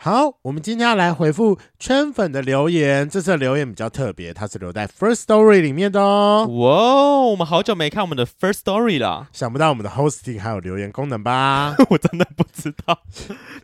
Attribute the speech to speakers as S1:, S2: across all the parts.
S1: 好，我们今天要来回复圈粉的留言。这次的留言比较特别，它是留在 First Story 里面的哦。
S2: 哇哦，我们好久没看我们的 First Story 了，
S1: 想不到我们的 hosting 还有留言功能吧？
S2: 我真的不知道，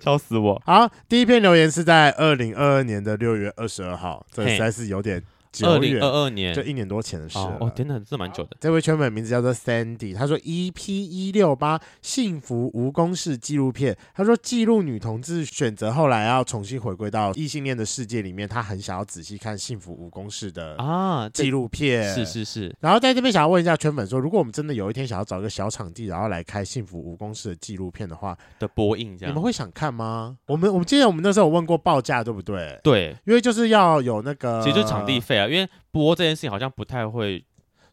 S2: 笑死我。
S1: 好，第一篇留言是在二零二二年的六月二十二号，这实在是有点
S2: 二
S1: 久
S2: 零二
S1: 远，
S2: 二年
S1: 就，一啊年多前的事了。
S2: 哦，哦，真的是蛮久的。
S1: 这位圈粉名字叫做 Sandy，他说 EP 一六八幸福无公式纪录片，他说记录女同志选择后来要重新回归到异性恋的世界里面，他很想要仔细看幸福无公式的
S2: 啊，这
S1: 纪录片，
S2: 是是是，
S1: 然后在这边想要问一下圈粉说，如果我们真的有一天想要找一个小场地，然后来开《幸福无公式》的纪录片的话，
S2: 的播映
S1: 你
S2: 这样
S1: 们。会想看吗？我们我们记得我们那时候有问过报价，对不对？
S2: 对，
S1: 因为就是要有那个，
S2: 其实就是场地费啊，因为播这件事情好像不太会需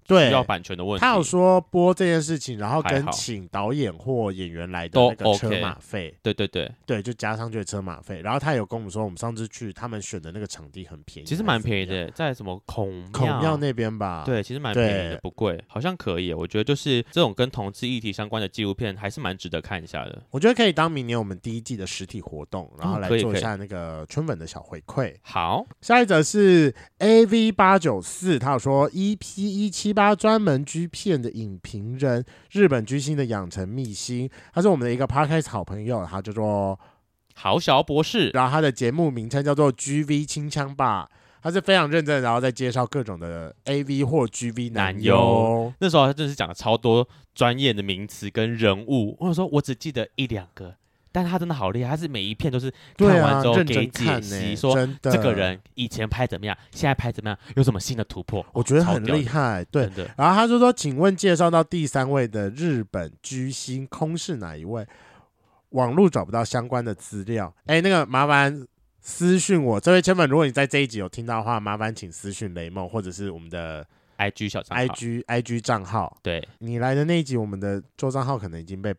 S1: 对
S2: 要。版权的问题。
S1: 他有说播这件事情，然后
S2: 还
S1: 跟
S2: 好
S1: 请导演或演员来的
S2: 都
S1: 那个车
S2: OK
S1: 马费，
S2: 对对对，
S1: 对，就加上去的车马费。然后他有跟我们说，我们上次去他们选的那个场地很便宜，
S2: 其实蛮便宜，的，在什么孔
S1: 孔庙
S2: 庙。啊
S1: 那边吧？，
S2: 对，其实蛮便宜
S1: 对
S2: 的，不贵，好像可以耶。我觉得就是这种跟同志议题相关的纪录片，还是蛮值得看一下的。
S1: 我觉得可以当明年我们第一季的实体活动，然后
S2: 哦
S1: 来
S2: 可以
S1: 做
S2: 可
S1: 一
S2: 以
S1: 下那个圈粉的小回馈。
S2: 好，
S1: 下一则是 A V 八九四，他有说 E P 一七八专门居片的影评人，日本居星的养成秘辛，他是我们的一个 podcast 好朋友，他叫做，
S2: 豪小博士，
S1: 然后他的节目名称叫做 G V 清腔吧，他是非常认真的，然后再介绍各种的 A V 或 G V 男
S2: 男
S1: 优
S2: 优。那时候他真的是讲了超多专业的名词跟人物。我想说，我只记得一两个，但他真的好厉害，他是每一片都是
S1: 对
S2: 看
S1: 啊
S2: 完之，后
S1: 认
S2: 给
S1: 真
S2: 解
S1: 看呢、欸
S2: 析说
S1: 真的
S2: 这个，人以前拍怎么样，现在拍怎么样，有什么新的突破。
S1: 我觉得
S2: 超
S1: 很
S2: 屌
S1: 厉
S2: 的
S1: 害，对，
S2: 真的
S1: 然后他就说：“请问介绍到第三位的日本居星空是哪一位？网络找不到相关的资料。哎，那个麻烦私讯我。这位千粉，如果你在这一集有听到的话，麻烦请私讯雷梦或者是我们的
S2: IG 小账号
S1: IG IG 账号。
S2: 对，
S1: 你来的那一集，我们的周账号可能已经被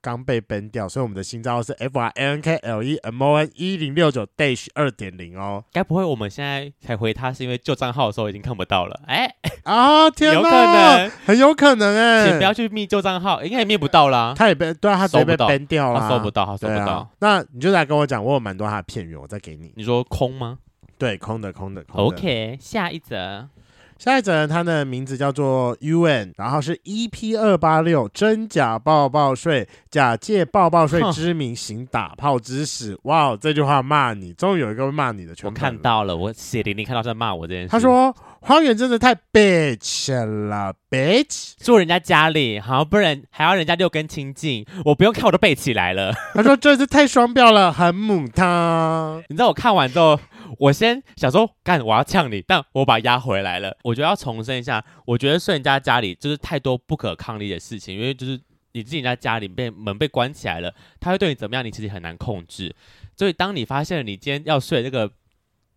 S1: 刚被 ban 掉，所以我们的新账号是 F R A N K L E M O N 一零六九 dash 二点零哦。
S2: 该不会我们现在才回他是因为旧账号的时候已经看不到了？哎、
S1: 啊，天哪，
S2: 有可能，
S1: 很有可能哎、
S2: 请不要去密旧账号，应该也灭不到啦，
S1: 他也被对啊，他直接
S2: 搜不
S1: 被
S2: 到
S1: ban 掉了、
S2: 他搜不到，他搜
S1: 对
S2: 不到。
S1: 啊，那你就来跟我讲，我有蛮多他的片源，我再给你。
S2: 你说空吗
S1: 对，空的，空的，空的。
S2: ？OK，下一则
S1: 下一则人他的名字叫做 UN，然后是 EP 二八六真假报报税，假借报报税
S2: 哼
S1: 之名行打炮之实。哇，哦这句话骂你，终于有一个骂你的全
S2: 我看。到了，我血淋淋看到在骂我这件事。
S1: 他说：“花园真的太 bitch 了，bitch。
S2: 住人家家里，好不然还要人家六根清净，我不用看我都背起来了。”
S1: 他说：“这次太双标了，很母汤。
S2: 你知道我看完之后，我先想说，干，我要呛你，但我把它压回来了。我觉得要重申一下，我觉得睡人家家里就是太多不可抗力的事情，因为就是你自己在家里被门被关起来了，他会对你怎么样，你其实很难控制。所以当你发现了你今天要睡这个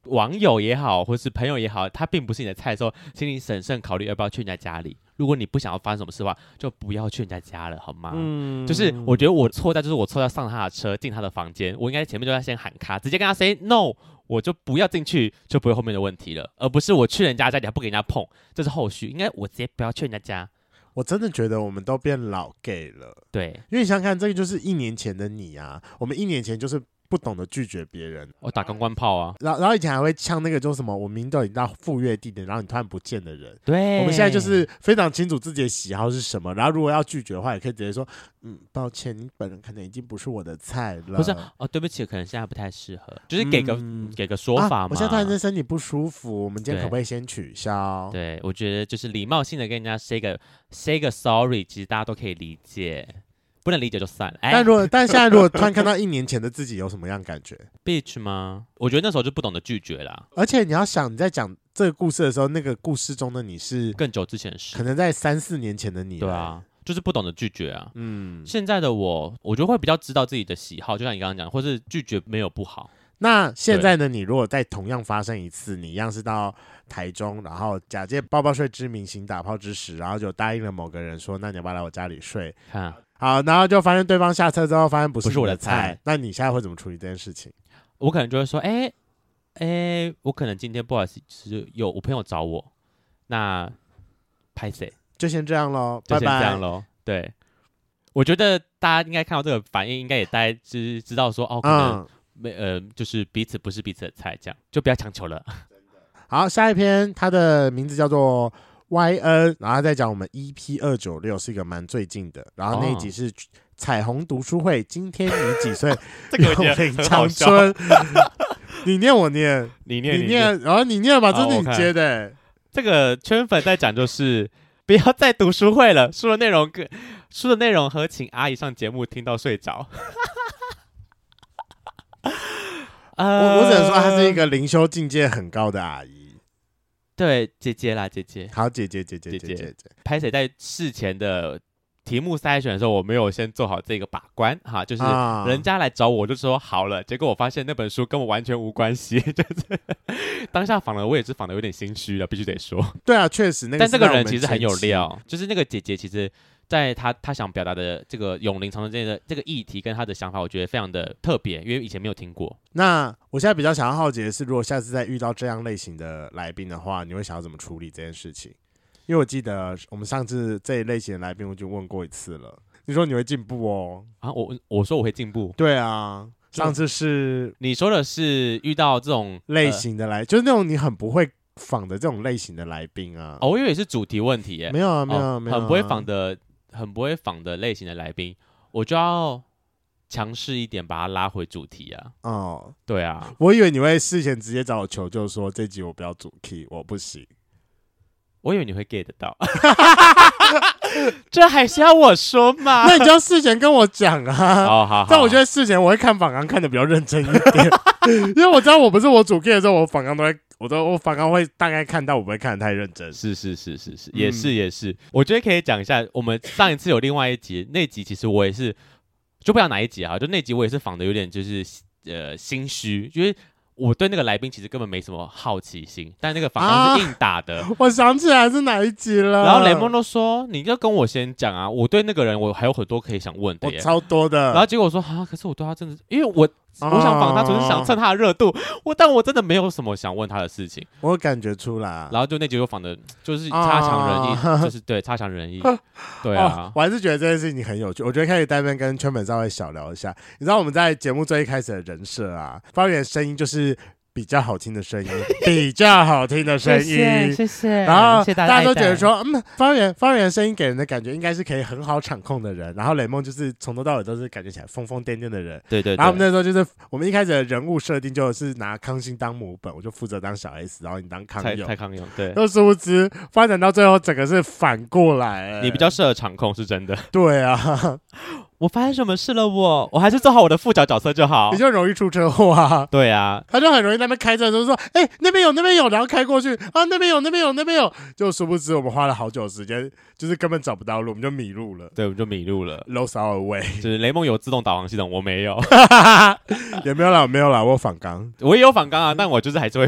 S2: 网友也好，或是朋友也好，他并不是你的菜的时候，请你审慎考虑要不要去人家家里。如果你不想要发生什么事的话，就不要去人家家了，好吗？
S1: 嗯
S2: 就是我觉得我错在就是我错在上他的车进他的房间，我应该前面就要先喊卡，直接跟他 say no，我就不要进去，就不会后面的问题了，而不是我去人家家里还不给人家碰，这是后续，应该我直接不要去人家家。
S1: 我真的觉得我们都变老 gay 了。
S2: 对
S1: 因为你想想看，这个就是一年前的你啊，我们一年前就是不懂得拒绝别人，
S2: 我打公关炮啊，
S1: 然后然后以前还会呛那个就是什么，我明都已经到赴约地点，然后你突然不见的人。
S2: 对，
S1: 我们现在就是非常清楚自己的喜好是什么，然后如果要拒绝的话，也可以直接说，嗯，抱歉，你本人可能已经不是我的菜了。
S2: 不是哦，对不起，可能现在不太适合，就是给个、
S1: 嗯
S2: 给个说法嘛。
S1: 啊，我现在突然间身体不舒服，我们今天
S2: 对
S1: 可不可以先取消？
S2: 对，我觉得就是礼貌性的跟人家 say 个 say 个 sorry，其实大家都可以理解，不能理解就算了。哎
S1: 但如果但现在如果突然看到一年前的自己有什么样感觉？
S2: ，bitch 吗？我觉得那时候就不懂得拒绝啦，
S1: 而且你要想你在讲这个故事的时候，那个故事中的你是
S2: 更久之前的事
S1: 可能在三四年前的你，
S2: 对，啊，就是不懂得拒绝啊。
S1: 嗯，
S2: 现在的我，我觉得会比较知道自己的喜好，就像你刚刚讲，或是拒绝没有不好。
S1: 那现在呢？你如果再同样发生一次，你一样是到台中，然后假借抱抱睡之名行打炮之实，然后就答应了某个人说，那你要不要来我家里睡？
S2: 看啊，
S1: 好，然后就发现对方下车之后发现不
S2: 不
S1: 是
S2: 是我
S1: 你的
S2: 的菜
S1: 那你现在会怎么处理这件事情？
S2: 我可能就会说，哎、哎、我可能今天不好意思，就是有我朋友找我，那拍谁？
S1: 就先这样喽，
S2: 就
S1: 拜
S2: 先这样
S1: 拜。
S2: 喽。对，我觉得大家应该看到这个反应，应该也大概知知道说，哦，可能
S1: 嗯，
S2: 没呃，就是彼此不是彼此的菜，这样就不要强求了。
S1: 好，下一篇它的名字叫做 YN，然后它在讲我们 EP 二九六是一个蛮最近的，然后那一
S2: 哦
S1: 集是彩虹读书会，今天你几岁？
S2: 这 个我觉
S1: 永
S2: 得
S1: 平
S2: 很好
S1: 长
S2: 笑。
S1: 春， 你念我念，
S2: 你 念
S1: 你念，然后你念吧，这
S2: 好
S1: 是
S2: 我
S1: 你
S2: 看
S1: 接的、欸。
S2: 这个圈粉在讲就是。不要再读书会了，书的内容跟书的内容和请阿姨上节目听到睡着。
S1: 我
S2: 呃
S1: 我只能说她是一个灵修境界很高的阿姨。
S2: 对姐姐啦，姐姐
S1: 好，姐姐姐姐
S2: 姐
S1: 姐
S2: 姐
S1: 姐姐，
S2: 拍谁在事前的题目筛选的时候，我没有先做好这个把关哈，就是
S1: 啊
S2: 人家来找我就说好了，结果我发现那本书跟我完全无关系， 就是当下访了我也是访的有点心虚了，必须得说。
S1: 对啊，确实那个。
S2: 但这个人其实很有。料，就是那个姐姐，其实在她她想表达的这个永龄长春这个这个议题跟她的想法，我觉得非常的特别，因为以前没有听过。
S1: 那我现在比较想要好奇的是，如果下次再遇到这样类型的来宾的话，你会想要怎么处理这件事情？因为我记得我们上次这一类型的来宾，我就问过一次了。你说你会进步哦？
S2: 啊，我我说我会进步。
S1: 对啊，上次是
S2: 你说的是遇到这种
S1: 类、
S2: 呃
S1: 型的来，就是那种你很不会仿的这种类型的来宾啊。
S2: 哦，我以为是主题问题耶，
S1: 没有啊，没有啊，
S2: 哦
S1: 没有啊，
S2: 很不会仿的，很不会仿的类型的来宾，我就要强势一点，把他拉回主题啊。
S1: 哦。
S2: 对啊，
S1: 我以为你会事前直接找我求救，说这集我不要主 key，我不行。
S2: 我以为你会 get 得到， 这还是要我说 吗？
S1: 那你就要事前跟我讲 啊。
S2: 好好好，
S1: 但我觉
S2: 得
S1: 得事前我会看访纲看的比较认真一 点，因为我知道我不是我主 K 的时候，我访纲都会，我都我访纲会大概看到，我不会看的太认真。
S2: 是是是是是，也
S1: 嗯
S2: 是也是，我觉得可以讲一下，我们上一次有另外一集，那集其实我也是，就不讲哪一集啊，就那集我也是仿的有点就是呃心虚，因为我对那个来宾其实根本没什么好奇心，但那个访
S1: 啊
S2: 纲是硬 打的。
S1: 我想起来是哪一集了，
S2: 然后雷蒙都说：“你就跟我先讲啊，我对那个人我还有很多可以想问的
S1: 我
S2: 耶。”
S1: 超多的，
S2: 然后结果我说：“啊，可是我对他真的是，因为我
S1: 啊
S2: 我想访他，只是想蹭他的热度，我但我真的没有什么想问他的事情。
S1: 我感觉出来啊，
S2: 然后就那集就仿的，就是差强人意，
S1: 啊
S2: 就是对差强 人意，对啊
S1: 哦，，我还是觉得这件事情很有趣。我觉得可以单边跟圈粉稍微小聊一下。你知道我们在节目最一开始的人设啊，发源声音就是比较好听的声音， 比较好听的声音，
S2: 谢谢，
S1: 然后
S2: 谢谢
S1: 大
S2: 的
S1: 家
S2: 爱
S1: 都觉得
S2: 戴，
S1: 说，嗯，方圆方圆声音给人的感觉应该是可以很好场控的人，然后雷梦就是从头到尾都是感觉起来疯疯癫癫的人。
S2: 对对，
S1: 然后我们
S2: 对
S1: 那时候就是我们一开始的人物设定就是拿康欣当母本，我就负责当小 S，然后你当康
S2: 蔡
S1: 永
S2: 蔡。康永，对
S1: 那殊不知发展到最后，整个是反过来、欸
S2: 你比较适合场控是 真的。
S1: 对啊，
S2: 我发生什么事了？我我还是做好我的副角角色就好
S1: 你。就容易出车祸啊。
S2: 对啊，
S1: 他就很容易在那边开车的时候说：“哎、那边有，那边有。”然后开过去啊，那边有，那边有，那边有。就殊不知我们花了好久的时间，就是根本找不到路，我们就迷路了
S2: 对，我们就迷路 了。
S1: ，lost our way。
S2: 就是雷蒙有自动导航系统，我没有。
S1: 也没有啦，没有啦，我反刚。
S2: 我也有反刚啊，但我就是还是 会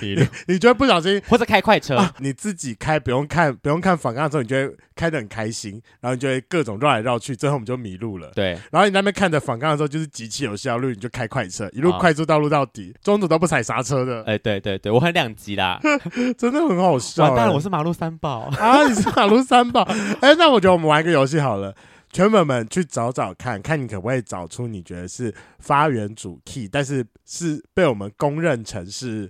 S2: 迷路，
S1: 你就会不小心
S2: 或者开快车。
S1: 啊，你自己开不用看不用看反刚的时候，你就会开得很开心，然后你就会各种绕来绕去，最后我们就迷路了。
S2: 对，
S1: 然后你那边看着反刚的时候，就是极其有效率，你就开快车，一路
S2: 啊
S1: 快速道路到底，中途都不踩刹车的，
S2: 哎、对对对，我很两 极啦。
S1: 真的很好笑、
S2: 完蛋了，
S1: 哎
S2: 我是马路三 宝。
S1: 啊，你是马路三宝。哎、那我觉得我们玩一个游戏好了。全粉们去找找看，看你可不可以找出你觉得是发源主 key，但是是被我们公认成是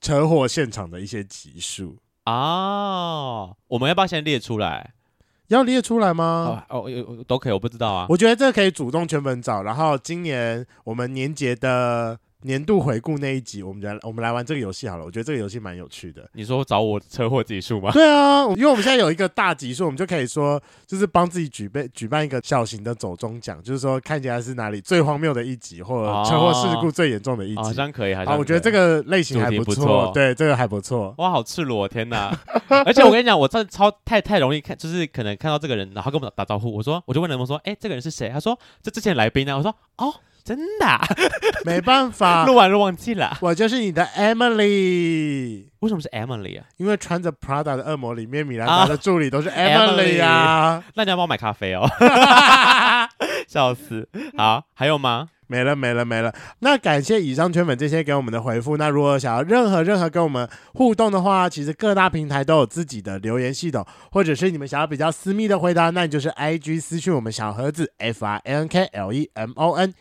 S1: 车祸现场的一些集数，
S2: 哦，我们要不要先列出来？
S1: 要列出来吗？
S2: 哦哦，有有都可以，我不知道啊。
S1: 啊我觉得这可以主动全粉找。然后今年我们年节的年度回顾那一集，我们来我们来玩这个游戏好了。我觉得这个游戏蛮有趣的。
S2: 你说找我车祸技术 吗？
S1: 对啊，因为我们现在有一个大集数，我们就可以说，就是帮自己举办举办一个小型的走中奖，就是说看起来是哪里最荒谬的一集，或者车祸事故最严重的一
S2: 哦好
S1: 集。
S2: 像可以，好像
S1: 啊，我觉得
S2: 可
S1: 这
S2: 以
S1: 个类型还
S2: 主题不
S1: 错
S2: 错，
S1: 对，这个还不 错。
S2: 哇，好赤裸，天哪！而且我跟你讲，我真的超太太容易看，就是可能看到这个人，然后跟我打打招呼，我说我就问雷蒙说，哎、这个人是谁？他说这之前来宾呢、我说哦，真的、啊，
S1: 没办法，
S2: 录完就忘记了。
S1: 我就是你的 Emily。
S2: 为什么是 Emily 啊？
S1: 因为穿着 Prada 的恶魔里面，米兰
S2: 啊
S1: 达的助理都是 Emily 啊，
S2: 那你要帮我买 咖啡哦，,笑死！好，还有吗？
S1: 没了没了没了。那感谢以上圈粉这些给我们的回复。那如果想要任何任何跟我们互动的话，其实各大平台都有自己的留言系统，或者是你们想要比较私密的回答，那你就是 I G 私讯我们小盒子 F R A N K L E M O N。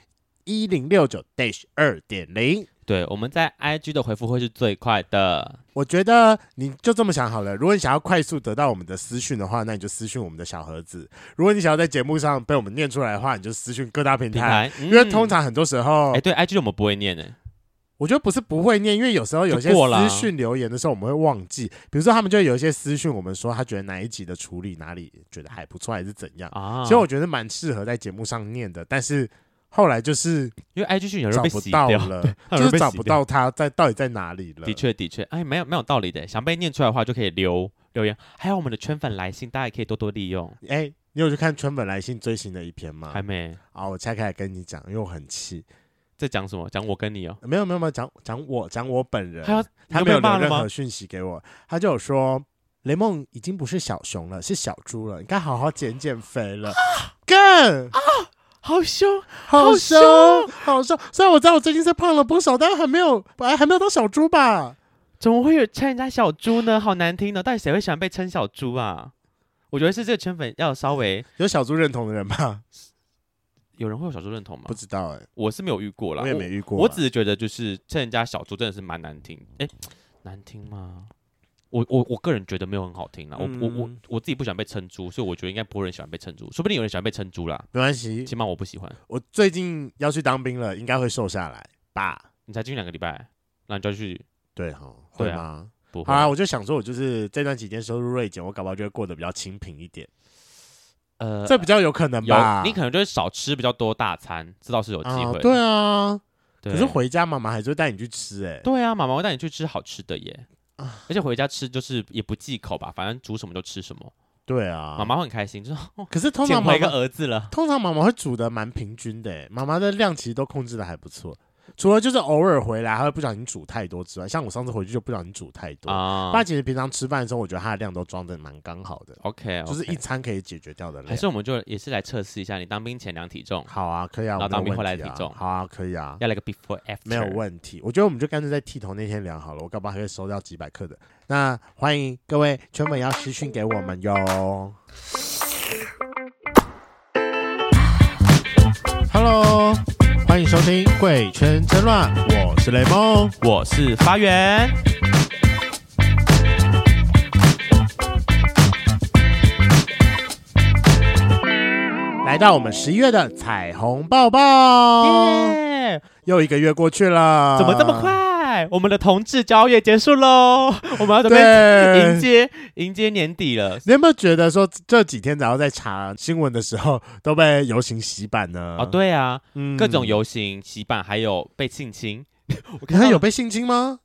S1: 一零六九 dash 二点零。
S2: 对，我们在 IG 的回复会是最快的。
S1: 我觉得你就这么想好了。如果你想要快速得到我们的私讯的话，那你就私讯我们的小盒子；如果你想要在节目上被我们念出来的话，你就私讯各大平
S2: 平
S1: 台。
S2: 台，嗯因
S1: 因为通，常很多时候
S2: 哎、，对，IG 我们不会念的，
S1: 我觉得不是不会念，因为有时候有些
S2: 就过了啊
S1: 私讯留言的时候，我们会忘记。比如说，他们就有一些私讯，我们说他觉得哪一集的处理哪里觉得还不错，还是怎样。
S2: 啊。
S1: 其实我觉得蛮适合在节目上念的，但是后来就是
S2: 因为 IG 讯有人
S1: 找
S2: 被
S1: 不
S2: 洗
S1: 到
S2: 掉，
S1: 了，
S2: 很
S1: 就
S2: 容易
S1: 是
S2: 被
S1: 找
S2: 洗
S1: 不
S2: 掉
S1: 到他在到底在哪里了
S2: 的。确的确，哎，没有没有道理的，想被念出来的话就可以留留言，还有我们的圈粉来信，大家也可以多多利用。
S1: 哎、你有去看川本来信最新的一篇吗
S2: 还？没
S1: 啊，我拆开来跟你讲，因为我很气。
S2: 在讲什么？讲我跟你哦，
S1: 没有没有没有，讲讲我讲我本人，
S2: 还有
S1: 他
S2: 你
S1: 没有留
S2: 有被骂了
S1: 任何
S2: 吗？
S1: 讯息给我，他就有说雷梦已经不是小熊了，是小猪了，你该好好减减肥了。干、
S2: 好凶，
S1: 好
S2: 啊好
S1: 凶
S2: 凶，
S1: 好凶！虽然我知道我最近是胖了不少，但还没有，还还没有到小猪吧？
S2: 怎么会有称人家小猪呢？好难听呢！哦到底谁会喜欢被称小猪啊？我觉得是这个圈粉要稍微
S1: 有小猪认同的人吗？
S2: 有人会有小猪认同吗
S1: 不？知道哎、
S2: 我是没有遇过啦，
S1: 我也没遇过啊。
S2: 我只是觉得就是趁人家小猪真的是蛮难听，哎、难听吗？我我我个人觉得没有很好听啦，我我我
S1: 嗯
S2: 我自己不喜欢被称猪，所以我觉得应该不会有人喜欢被称猪，说不定有人喜欢被称猪啦，
S1: 没关系，
S2: 起码我不喜欢。
S1: 我最近要去当兵了，应该会瘦下来吧？
S2: 你才进去两个礼拜，那你就要去
S1: 对哈，
S2: 对
S1: 会
S2: 啊
S1: 吗？
S2: 不会
S1: 好？啦，我就想说，我就是这段期间收入锐减，我搞不好就会过得比较清贫一点，
S2: 呃，
S1: 这比较有可能
S2: 有
S1: 吧？
S2: 你可能就会少吃比较多大餐，知道是有机
S1: 啊
S2: 会、
S1: 对啊，
S2: 对，
S1: 可是回家妈妈还是会带你去吃、欸，哎，
S2: 对啊，妈妈会带你去吃好吃的耶，
S1: 啊
S2: 而且回家吃就是也不忌口吧，反正煮什么就吃什么，
S1: 对啊，
S2: 妈。妈会很开心，就说哦，
S1: 可是通常
S2: 捡
S1: 妈
S2: 回一个
S1: 妈
S2: 儿子了。
S1: 通常妈妈会煮的蛮平均的、欸，妈妈的量其实都控制的还不错，除了就是偶尔回来她会不小心煮太多之外，像我上次回去就不小心煮太多。
S2: 啊、
S1: 但其实平常吃饭的时候，我觉得她的量都装的蛮刚好的，
S2: OK，
S1: 就是一餐可以解决掉的
S2: 还
S1: 量。
S2: 是我们就也是来测试一下你当兵前量体重，
S1: 好啊，可以啊，
S2: 然后
S1: 我没有
S2: 当兵
S1: 问
S2: 回来
S1: 题
S2: 体
S1: 啊
S2: 重
S1: 好啊，可以啊。
S2: 要来个 before after，
S1: 没有问题。我觉得我们就干脆在剃头那天量好了，我搞不好还可以收到几百克的。那欢迎各位全本要私讯给我们哟。Hello，欢迎收听《贵圈争乱》，我是雷梦。
S2: 我是发源，
S1: 来到我们十一月的彩虹抱抱，
S2: 耶、
S1: 又一个月过去了，
S2: 怎么这么？快？我们的同志交易也结束喽，我们要准备
S1: 对。
S2: 迎接迎接年底了。
S1: 你有没有觉得说这几天，然后在查新闻的时候都被游行洗版呢？
S2: 哦，，对啊，
S1: 嗯
S2: 各种游行、洗版，还有被性侵， 我
S1: 你看有
S2: 了
S1: 被性侵吗？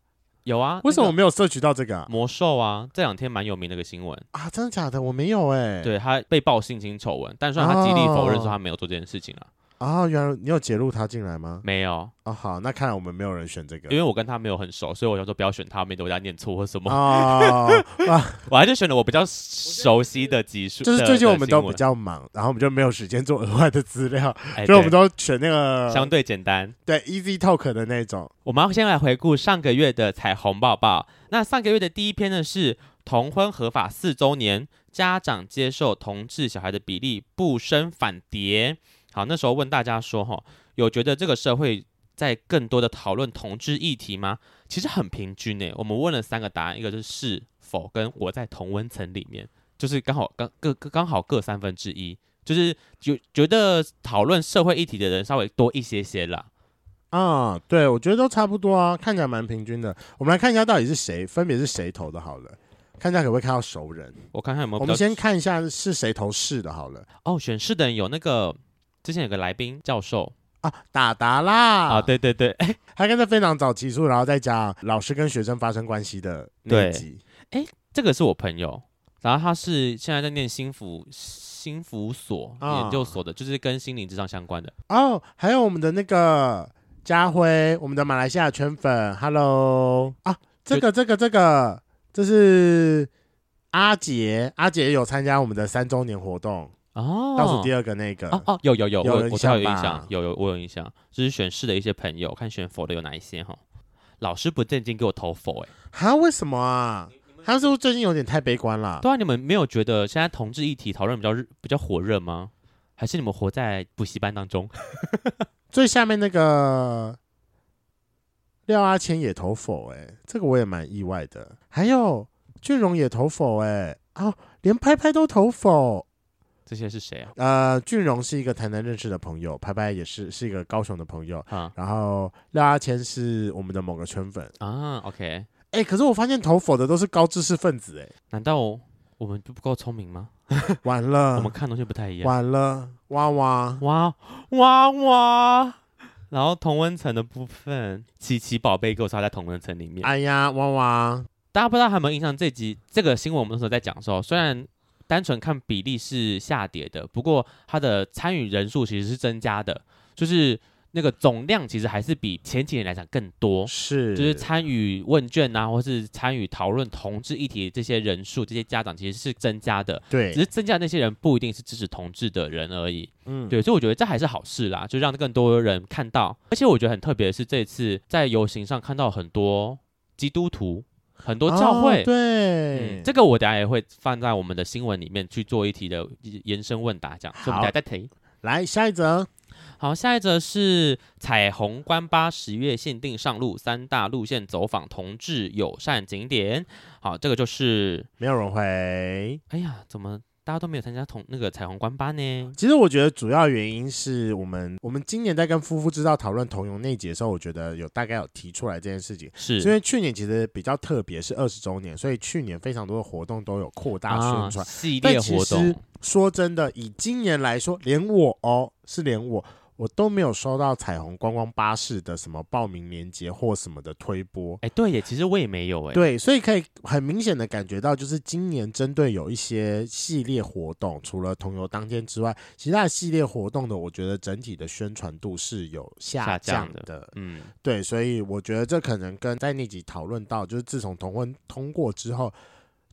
S2: 有啊，
S1: 为什么我
S2: 那
S1: 没有摄取到这个啊
S2: 个？魔兽啊？这两天蛮有名的一个新闻，
S1: 啊真的假的？我没有哎、
S2: 对他被曝性侵丑闻，但虽然他极力否认
S1: 哦
S2: 说他没有做这件事情啊，
S1: 啊，原来你有截录他进来吗？
S2: 没有，
S1: 哦，好，那看来我们没有人选这个
S2: 因。为我跟他没有很熟，所以我想说不要选他，免得我家念错或什么。
S1: 哦， 啊，
S2: 我还是选了我比较熟悉的集数，
S1: 就是最近我们都比
S2: 较，
S1: 较忙，然后我们就没有时间做额外的资料，
S2: 哎
S1: 所以我们
S2: 对
S1: 都选那
S2: 相
S1: 个
S2: 对简单。
S1: 对 Easy Talk 的那种。
S2: 我们要先来回顾上个月的彩虹抱抱。那上个月的第一篇呢是同婚合法四周年，家长接受同志小孩的比例不升反跌。好，那时候问大家说，哈，有觉得这个社会在更多的讨论同志议题吗？其实很平均诶、我们问了三个答案，一个就是是否跟我在同温层里面，就是刚好刚各各刚好各三分之一，就是觉觉得讨论社会议题的人稍微多一些些啦。
S1: 啊，对，我觉得都差不多啊，看起来蛮平均的。我们来看一下到底是谁，分别是谁投的，好了，看一下可不可以看到熟人。
S2: 我看看有没有
S1: 我
S2: 比
S1: 们
S2: 较
S1: 先看一下是谁投是的，好了
S2: 哦，选士的人有那个之前有个来宾教授
S1: 啊，达达啦，
S2: 啊，对对对， 哎
S1: 他跟在非常早提出，然后再讲老师跟学生发生关系的那一
S2: 对
S1: 集。
S2: 这个是我朋友，然后他是现在在念心服心服所
S1: 啊
S2: 研究所的，就是跟心灵智商相关的。
S1: 哦，还有我们的那个家辉，我们的马来西亚圈粉，Hello 啊，这个这个这个，这是阿杰，阿杰有参加我们的三周年活动，
S2: 哦，
S1: 倒数第二个那个。
S2: 哦哦，有有有，
S1: 有
S2: 我
S1: 印
S2: 我知道
S1: 象
S2: 有印
S1: 吧
S2: 象，有有我有印象，就是选士的一些朋友，看选否的有哪一些哈。老师不正经给我投否哎、
S1: 哈，为什么啊？他是不是最近有点太悲观了？
S2: 对啊，你们没有觉得现在同志议题讨论比较热比较火热吗？还是你们活在补习班当中？
S1: 最下面那个廖阿谦也投否、欸，哎，这个我也蛮意外的。还有俊荣也投否、欸，哎，啊，连拍拍都投否。
S2: 这些是谁啊？
S1: 呃，俊荣是一个台南认识的朋友，拍拍也是是一个高雄的朋友，
S2: 啊
S1: 然后廖阿谦是我们的某个圈粉。
S2: 啊，OK，
S1: 哎、可是我发现投否的都是高知识分子、欸，
S2: 难道我我们就不够聪明吗？
S1: 哎，完
S2: 我
S1: 了
S2: 们，啊看东西不太一样。
S1: 完了，哇哇，
S2: 哇哇哇！然后同温层的部分，琪琪宝贝给我刷在同温层里面。
S1: 哎呀，哇哇，
S2: 大家不知道还有没有印象这集这个新闻？我们那时候在讲的时候，虽然单纯看比例是下跌的，不过它的参与人数其实是增加的，就是那个总量其实还是比前几年来讲更多。
S1: 是，
S2: 哦就是参与问卷啊，或是参与讨论同志议题这些人数，这些家长其实是增加的，
S1: 对，
S2: 只是增加的那些人不一定是支持同志的人而已。
S1: 嗯，
S2: 对，所以我觉得这还是好事啦，就让更多人看到。而且我觉得很特别的是，这次在游行上看到很多基督徒，很多教会。
S1: 哦对、
S2: 嗯这个我等下也会放在我们的新闻里面去做一题的延伸问答，这样，所以我们
S1: 好
S2: 等下再提。
S1: 来下一则，
S2: 好，下一则是彩虹关巴十月限定上路，三大路线走访同志友善景点。好，这个就是，
S1: 没有人回。
S2: 哎呀，怎么大家都没有参加同那个彩虹关巴呢？
S1: 其实我觉得主要原因是我们我们今年在跟夫妇之道讨论同游那节的时候，我觉得有大概有提出来这件事情，
S2: 是，
S1: 因为去年其实比较特别，是二十周年，所以去年非常多的活动都有扩大宣传
S2: 啊、。系
S1: 但
S2: 列
S1: 其
S2: 活
S1: 实
S2: 动，
S1: 说真的，以今年来说，连我哦，是连我，我都没有收到彩虹观光巴士的什么报名链接或什么的推播。
S2: 哎、对耶，其实我也没有哎。
S1: 对，所以可以很明显的感觉到，就是今年针对有一些系列活动，除了同游当天之外，其他的系列活动的，我觉得整体的宣传度是有下
S2: 下降
S1: 降
S2: 的
S1: 的。
S2: 嗯，
S1: 对，所以我觉得这可能跟在那集讨论到，就是自从同婚通过之后，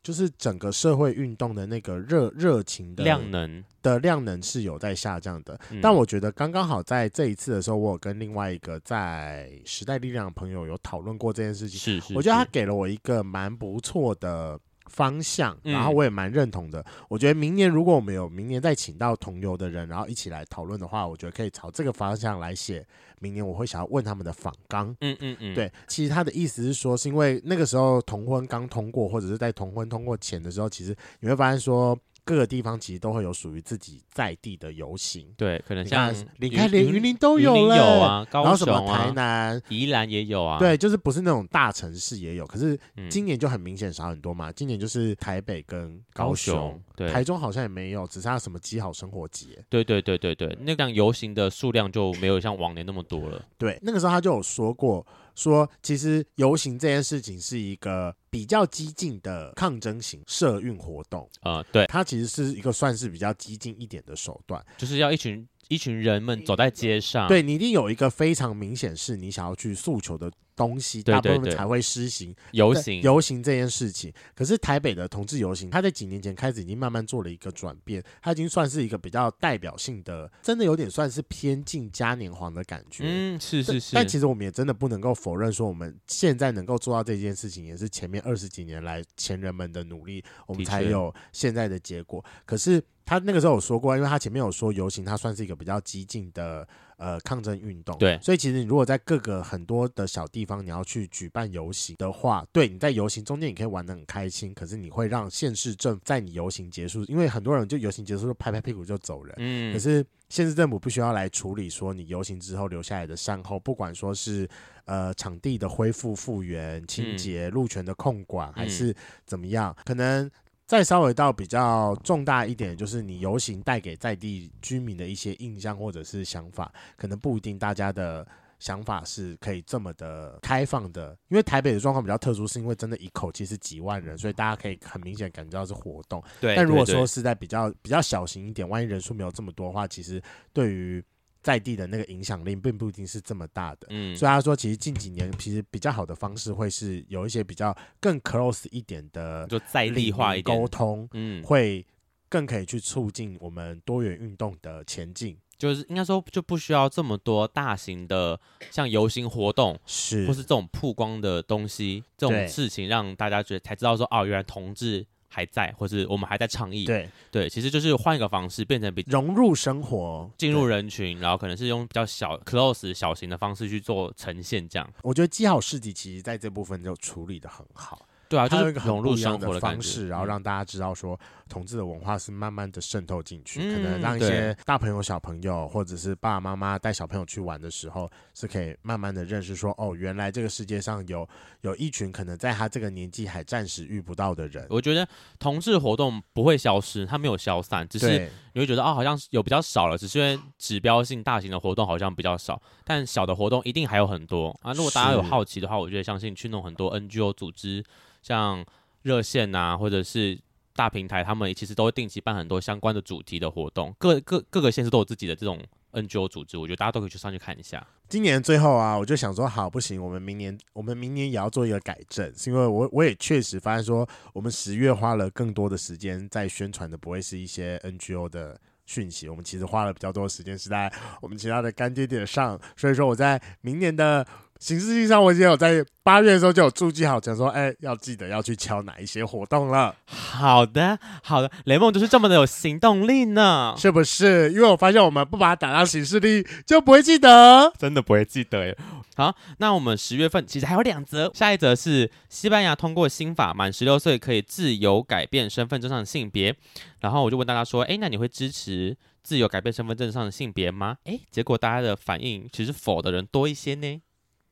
S1: 就是整个社会运动的那个热热情的
S2: 量能。
S1: 的量能是有在下降的。
S2: 嗯
S1: 但我觉得刚刚好在这一次的时候，我有跟另外一个在时代力量的朋友有讨论过这件事情。
S2: 是是，
S1: 我觉得他
S2: 是
S1: 给了我一个蛮不错的方向，
S2: 嗯
S1: 然后我也蛮认同的。我觉得明年如果我们有明年再请到同游的人，然后一起来讨论的话，我觉得可以朝这个方向来写。明年我会想要问他们的访纲。
S2: 嗯嗯嗯，，
S1: 对，其实他的意思是说，是因为那个时候同婚刚通过，或者是在同婚通过前的时候，其实你会发现说，各个地方其实都会有属于自己在地的游行。
S2: 对，可能
S1: 你
S2: 像
S1: 看，你看，连云林都
S2: 云
S1: 有
S2: 林
S1: 了，
S2: 有啊，
S1: 然后
S2: 高
S1: 什
S2: 雄
S1: 么台
S2: 啊，
S1: 南，
S2: 宜兰也有啊，
S1: 对，就是不是那种大城市也有，可是
S2: 嗯，
S1: 今年就很明显少很多嘛。今年就是台北跟
S2: 高
S1: 雄，
S2: 雄，对，
S1: 台中好像也没有，只是它什么基好生活节。
S2: 对对对对对，那样游行的数量就没有像往年那么多了。
S1: 对，那个时候他就有说过，说其实游行这件事情是一个比较激进的抗争型社运活动，
S2: 呃，对，
S1: 它其实是一个算是比较激进一点的手段。
S2: 就是要一群一群人们走在街上，
S1: 对你一定有一个非常明显是你想要去诉求的东西，
S2: 对
S1: 大部
S2: 对
S1: 分
S2: 对
S1: 才会施行。
S2: 游
S1: 对
S2: 行，
S1: 游行这件事情，可是台北的同志游行，它在几年前开始已经慢慢做了一个转变，它已经算是一个比较代表性的，真的有点算是偏近嘉年华的感觉。
S2: 嗯，
S1: 但
S2: 是是是，
S1: 但其实我们也真的不能够否认，说我们现在能够做到这件事情，也是前面二十几年来前人们的努力，我们
S2: 的
S1: 才
S2: 确
S1: 有现在的结果。可是他那个时候有说过，因为他前面有说游行，它算是一个比较激进的呃抗争运动，
S2: 对
S1: 所以其实你如果在各个很多的小地方，你要去举办游行的话，对你在游行中间你可以玩的很开心，可是你会让县市政府在你游行结束，因为很多人就游行结束就拍拍屁股就走人，
S2: 嗯
S1: 可，是县市政府必须要来处理说你游行之后留下来的善后，不管说是呃场地的恢复复原、清洁、路权的控管，还是怎么样，可能。再稍微到比较重大一点，就是你游行带给在地居民的一些印象或者是想法，可能不一定大家的想法是可以这么的开放的。因为台北的状况比较特殊，是因为真的一口气是几万人，所以大家可以很明显感觉到是活动。
S2: 对。
S1: 但如果
S2: 对
S1: 说是在比较比较小型一点，万一人数没有这么多的话，其实对于在地的那个影响力并不一定是这么大的。
S2: 嗯，
S1: 所以他说，其实近几年其实比较好的方式会是有一些比较更 close 一点的
S2: 就在
S1: 理
S2: 地化一点，
S1: 沟通，
S2: 嗯，
S1: 会更可以去促进我们多元运动的前进。
S2: 就是应该说就不需要这么多大型的像游行活动。
S1: 是
S2: 或是这种曝光的东西，这
S1: 对
S2: 种事情让大家觉得才知道说，哦，原来同志还在，或是我们还在倡议。
S1: 对，
S2: 对，其实就是换一个方式，变成比
S1: 融入生活，
S2: 进入
S1: 对。
S2: 人群，然后可能是用比较小 close 小型的方式去做呈现，这样。
S1: 我觉得基好市集其实在这部分就处理的很好，
S2: 对啊，
S1: 它
S2: 就
S1: 有
S2: 是
S1: 一个很
S2: 融
S1: 不
S2: 入
S1: 一
S2: 生
S1: 样
S2: 活
S1: 的
S2: 感
S1: 方
S2: 觉嗯
S1: 式，然后让大家知道说同志的文化是慢慢的渗透进去，可
S2: 嗯
S1: 能让一
S2: 对
S1: 些大朋友、小朋友或者是爸爸妈妈带小朋友去玩的时候，是可以慢慢的认识说，哦，原来这个世界上有有一群可能在他这个年纪还暂时遇不到的人，
S2: 我觉得同志活动不会消失，它没有消散，只是
S1: 对
S2: 你会觉得哦，好像是有比较少了，只是因为指标性大型的活动好像比较少，但小的活动一定还有很多啊。如果大家有
S1: 是
S2: 好奇的话，我觉得相信去弄很多 NGO 组织，像热线呐、或者是大平台，他们其实都会定期办很多相关的主题的活动，各各各个县市都有自己的这种 NGO 组织，我觉得大家都可以去上去看一下。
S1: 今年最后啊，我就想说，好，不行，我们明年，我们明年也要做一个改正，是因为我我也确实发现说，我们十月花了更多的时间在宣传的，不会是一些 NGO 的讯息，我们其实花了比较多的时间是在我们其他的干爹爹上，所以说我在明年的。形式性上，我已经有在八月的时候就有注记好，讲说，哎、要记得要去敲哪一些活动了，
S2: 好的，好的，雷梦就是这么的有行动力呢。
S1: 是不是？因为我发现我们不把它打到形式力，就不会记得。
S2: 真的不会记得耶。好，那我们十月份其实还有两则，下一则是西班牙通过新法，满十六岁可以自由改变身份证上的性别。然后我就问大家说，诶，那你会支持自由改变身份证上的性别吗？诶，结果大家的反应其实否的人多一些呢。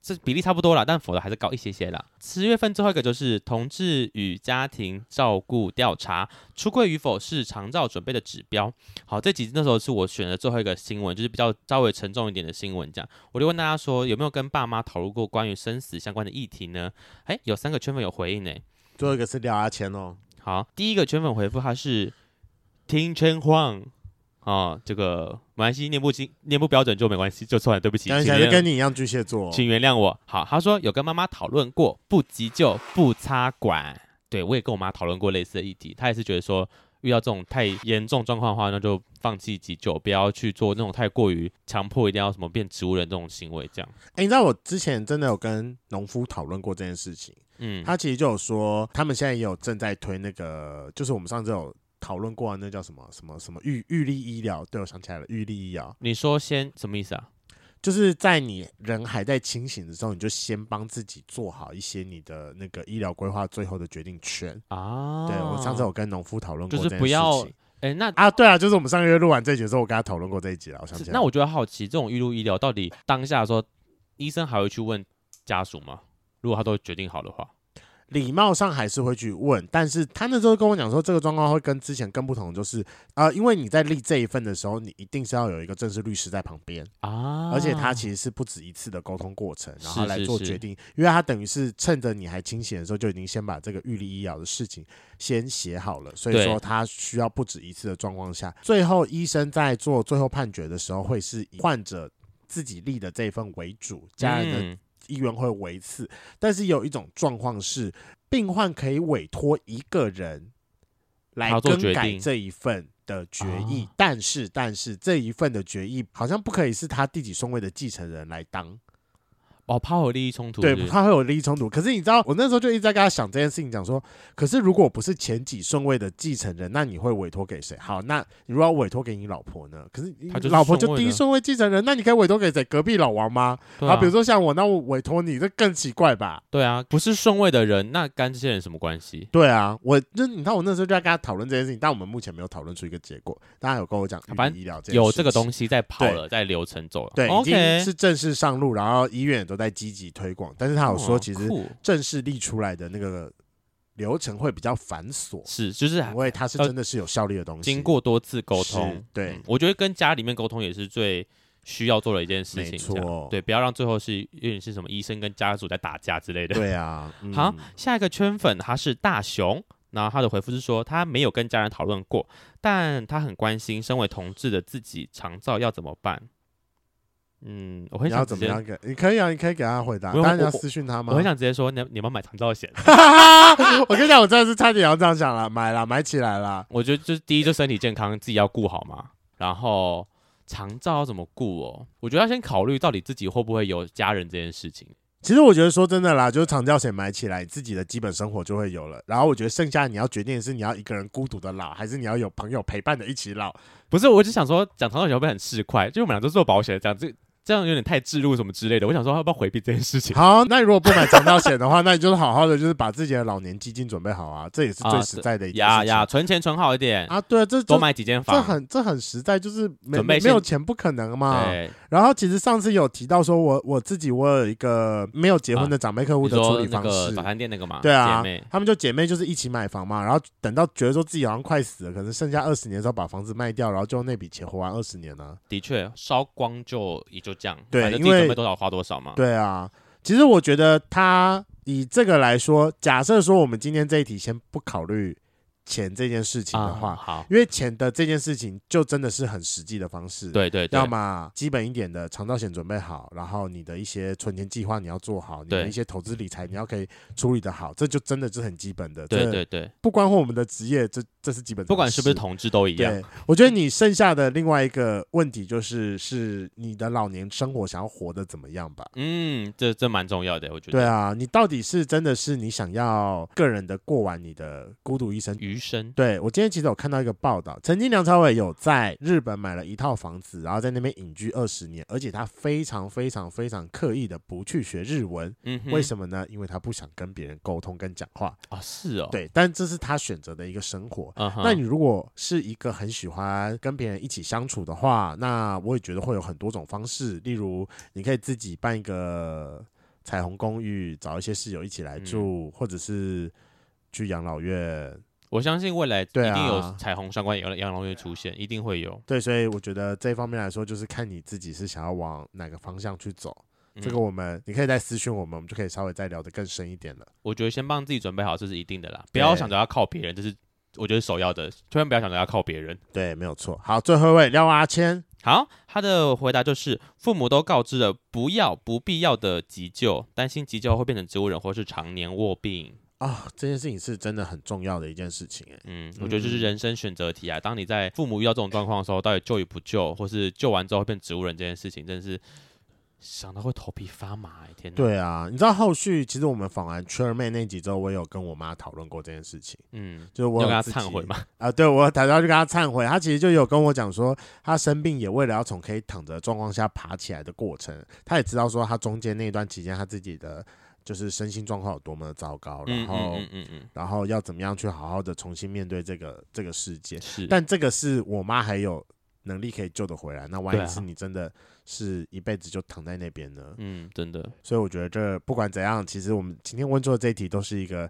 S2: 这比例差不多啦，但否的还是高一些些啦。十月份最后一个就是同志与家庭照顾调查，出柜与否是长照准备的指标。好，这集那时候是我选的最后一个新闻，就是比较稍微沉重一点的新闻，这样。我就问大家说，有没有跟爸妈讨论过关于生死相关的议题呢？哎，有三个圈粉有回应呢。
S1: 最后一个是聊阿钱哦，
S2: 好，第一个圈粉回复他是听圈晃啊，这个没关系，念不清念不标准就没关系，就错了，对不起，
S1: 讲一
S2: 请
S1: 下就
S2: 原
S1: 跟你一样巨蟹座哦，
S2: 请原谅我。好，他说有跟妈妈讨论过，不急救不插管。对我也跟我妈讨论过类似的议题，她也是觉得说。遇到这种太严重状况的话，那就放弃急救，不要去做那种太过于强迫一定要什么变植物人这种行为，这样。
S1: 哎、你知道我之前真的有跟农夫讨论过这件事情，
S2: 嗯，
S1: 他其实就有说，他们现在也有正在推那个，就是我们上次有讨论过的啊那叫什么什么什么预预立医疗，对我想起来了，预立医疗
S2: 你说先什么意思啊？
S1: 就是在你人还在清醒的时候，你就先帮自己做好一些你的那个医疗规划最后的决定权。
S2: 啊，
S1: 对我上次有跟农夫讨论过
S2: 就
S1: 这件
S2: 是
S1: 事情，
S2: 不要哎、那
S1: 啊，对啊，就是我们上个月录完这集的时候，我跟他讨论过这一集了，我想起来了。
S2: 那我就要好奇，这种预录医疗到底当下的时候，医生还会去问家属吗？如果他都决定好的话，
S1: 礼貌上还是会去问，但是他那时候跟我讲说，这个状况会跟之前更不同，就是呃，因为你在立这一份的时候，你一定是要有一个正式律师在旁边，
S2: 啊
S1: 而且他其实是不止一次的沟通过程，然后
S2: 是
S1: 来
S2: 是
S1: 做
S2: 是
S1: 决定，因为他等于是趁着你还清醒的时候，就已经先把这个预立医疗的事情先写好了，所以
S2: 对
S1: 说他需要不止一次的状况下，最后医生在做最后判决的时候，会是以患者自己立的这一份为主，家人的
S2: 嗯
S1: 医院会维次，但是有一种状况是，病患可以委托一个人来
S2: 他做
S1: 更
S2: 决
S1: 改
S2: 定
S1: 这一份的决议
S2: 哦，
S1: 但是但是这一份的决议好像不可以是他第几顺位的继承人来当，
S2: 哦，怕有利益冲突
S1: 对
S2: 是不，是
S1: 他会有利益冲突。可是你知道，我那时候就一直在跟他想这件事情，讲说，可是如果不是前几顺位的继承人，那你会委托给谁？好，那你如果要委托给你老婆呢？可是你
S2: 她就是
S1: 老婆
S2: 顺
S1: 就
S2: 位
S1: 第一
S2: 的啊
S1: 顺位继承人，那你可以委托给谁？隔壁老王吗？
S2: 对啊，
S1: 比如说像我，那我委托你，这更奇怪吧？
S2: 对啊，不是顺位的人，那跟这些人什么关系？
S1: 对啊，我就你看，我那时候就在跟他讨论这件事情，但我们目前没有讨论出一个结果。大家有跟我讲，
S2: 啊反正
S1: 医疗这件
S2: 有
S1: 事
S2: 这个
S1: 情
S2: 东西在跑了，在流程走了，
S1: 对已经
S2: ，OK，
S1: 是正式上路，然后医院也都在积极推广。但是他有说，
S2: 哦
S1: 其实
S2: 酷
S1: 正式立出来的那个流程会比较繁琐，
S2: 是就是
S1: 因为它是
S2: 呃
S1: 真的是有效率的东西。
S2: 经过多次沟通
S1: 是，对
S2: 嗯我觉得跟家里面沟通也是最需要做的一件事情，
S1: 没
S2: 这样
S1: 错
S2: 对，不要让最后是有点是什么医生跟家属在打架之类的。
S1: 对 啊，嗯
S2: 好，下一个圈粉他是大熊，然后他的回复是说他没有跟家人讨论过，但他很关心身为同志的自己长照要怎么办。嗯，我很
S1: 你要
S2: 想
S1: 怎
S2: 直
S1: 么
S2: 接，
S1: 样给？你可以啊，你可以给他回答，
S2: 不用
S1: 但是你
S2: 我
S1: 要私讯他吗？
S2: 我很想直接说你要你要不要买长照险？
S1: 我跟你讲，我真的是差点要这样想了，买了，买起来了。
S2: 我觉得就是第一就身体健康自己要顾好嘛，然后长照要怎么顾哦？我觉得要先考虑到底自己会不会有家人这件事情。
S1: 其实我觉得说真的啦，就是长教险买起来，自己的基本生活就会有了。然后我觉得剩下你要决定的是你要一个人孤独的老，还是你要有朋友陪伴的一起 老。
S2: 不是，我就想说讲长寿险会不会很市侩？就我们俩都做保险，讲这这样有点太置入什么之类的。我想说要不要回避这件事情？
S1: 好，那如果不买长照险的话，那你就是好好的，就是把自己的老年基金准备好啊，这也是最
S2: 啊
S1: 实在的一件
S2: 呀
S1: 事情
S2: 呀，存钱存好一点，
S1: 啊。对啊，这
S2: 多
S1: 这
S2: 买几间
S1: 这
S2: 房。
S1: 很啊这很实在，就是没
S2: 准备
S1: 没
S2: 先
S1: 有钱不可能嘛。
S2: 对，
S1: 然后其实上次有提到说我我自己我有一个没有结婚的长辈客户
S2: 你
S1: 的处
S2: 说
S1: 理
S2: 那
S1: 方
S2: 个
S1: 式，
S2: 早餐店那个嘛，
S1: 对啊
S2: 姐妹，
S1: 他们就姐妹就是一起买房嘛，然后等到觉得说自己好像快死了，可能剩下二十年的时候把房子卖掉，然后就用那笔钱活完二十年呢、
S2: 的确烧光就也就这样，
S1: 对
S2: 反正
S1: 因
S2: 自己
S1: 为
S2: 准备多少花多少嘛。
S1: 对啊，其实我觉得他以这个来说，假设说我们今天这一题先不考虑钱这件事情的话，
S2: 啊，好，
S1: 因为钱的这件事情就真的是很实际的方式。。
S2: 对对对
S1: 要，么基本一点的长照险准备好，然后你的一些存钱计划你要做好，你的
S2: 对
S1: 一些投资理财你要可以处理的好，这就真的是很基本的。
S2: 对
S1: 这
S2: 对对，
S1: 不关乎我们的职业，这这是基本常识。
S2: 不管是不是同志都一啊样。
S1: 对，我觉得你剩下的另外一个问题就是，是你的老年生活想要活得怎么样吧？
S2: 嗯，这这蛮重要的，我觉得。
S1: 对，啊，你到底是真的是你想要个人的过完你的孤独一生？
S2: 余生
S1: 对我今天其实有看到一个报道，曾经梁朝伟有在日本买了一套房子，然后在那边隐居二十年，而且他非常非常非常刻意的不去学日文，
S2: 嗯哼，
S1: 为什么呢？因为他不想跟别人沟通跟讲话。
S2: 啊？是哦，，
S1: 对，但这是他选择的一个生活。
S2: 嗯哼，
S1: 那你如果是一个很喜欢跟别人一起相处的话，那我也觉得会有很多种方式，例如你可以自己办一个彩虹公寓，找一些室友一起来住，或者是去养老院。
S2: 我相信未来一
S1: 对
S2: 定有
S1: 啊
S2: 彩虹相关养养老院出现，一定会有。
S1: 对，所以我觉得这一方面来说，就是看你自己是想要往哪个方向去走。
S2: 嗯
S1: 这个我们你可以再私讯我们，我们就可以稍微再聊得更深一点了。
S2: 我觉得先帮自己准备好，这是一定的啦，不要想着要靠别人，这是我觉得首要的，千万不要想着要靠别人。
S1: 对，没有错。好，最后一位廖阿谦，
S2: 好，他的回答就是：父母都告知了不要不必要的急救，担心急救会变成植物人或是常年卧病。
S1: 啊、这件事情是真的很重要的一件事情、欸。
S2: 嗯，我觉得这是人生选择题啊。当你在父母遇到这种状况的时候，到底救与不救，或是救完之后会变植物人这件事情，真的是想到会头皮发麻、欸。天哪！，
S1: 对啊，你知道后续其实我们访完圈儿妹那集之后，我也有跟我妈讨论过这件事情，
S2: 嗯，
S1: 就是
S2: 你
S1: 我
S2: 有
S1: 有
S2: 跟他
S1: 自己
S2: 忏悔吗？
S1: 啊、对我打算去跟她忏悔，她其实就有跟我讲说，她生病也为了要从可以躺着的状况下爬起来的过程，她也知道说她中间那一段期间她自己的就是身心状况有多么的糟糕，然
S2: 嗯
S1: 后、
S2: 嗯嗯嗯
S1: 然后要怎么样去好好的重新面对这个这个世界
S2: 嗯，，是。
S1: 但这个是我妈还有能力可以救得回来，那万
S2: 对
S1: 一
S2: 啊
S1: 是你真的是一辈子就躺在那边呢？
S2: 嗯，真的，
S1: 所以我觉得这不管怎样，其实我们今天问出的这一题都是一个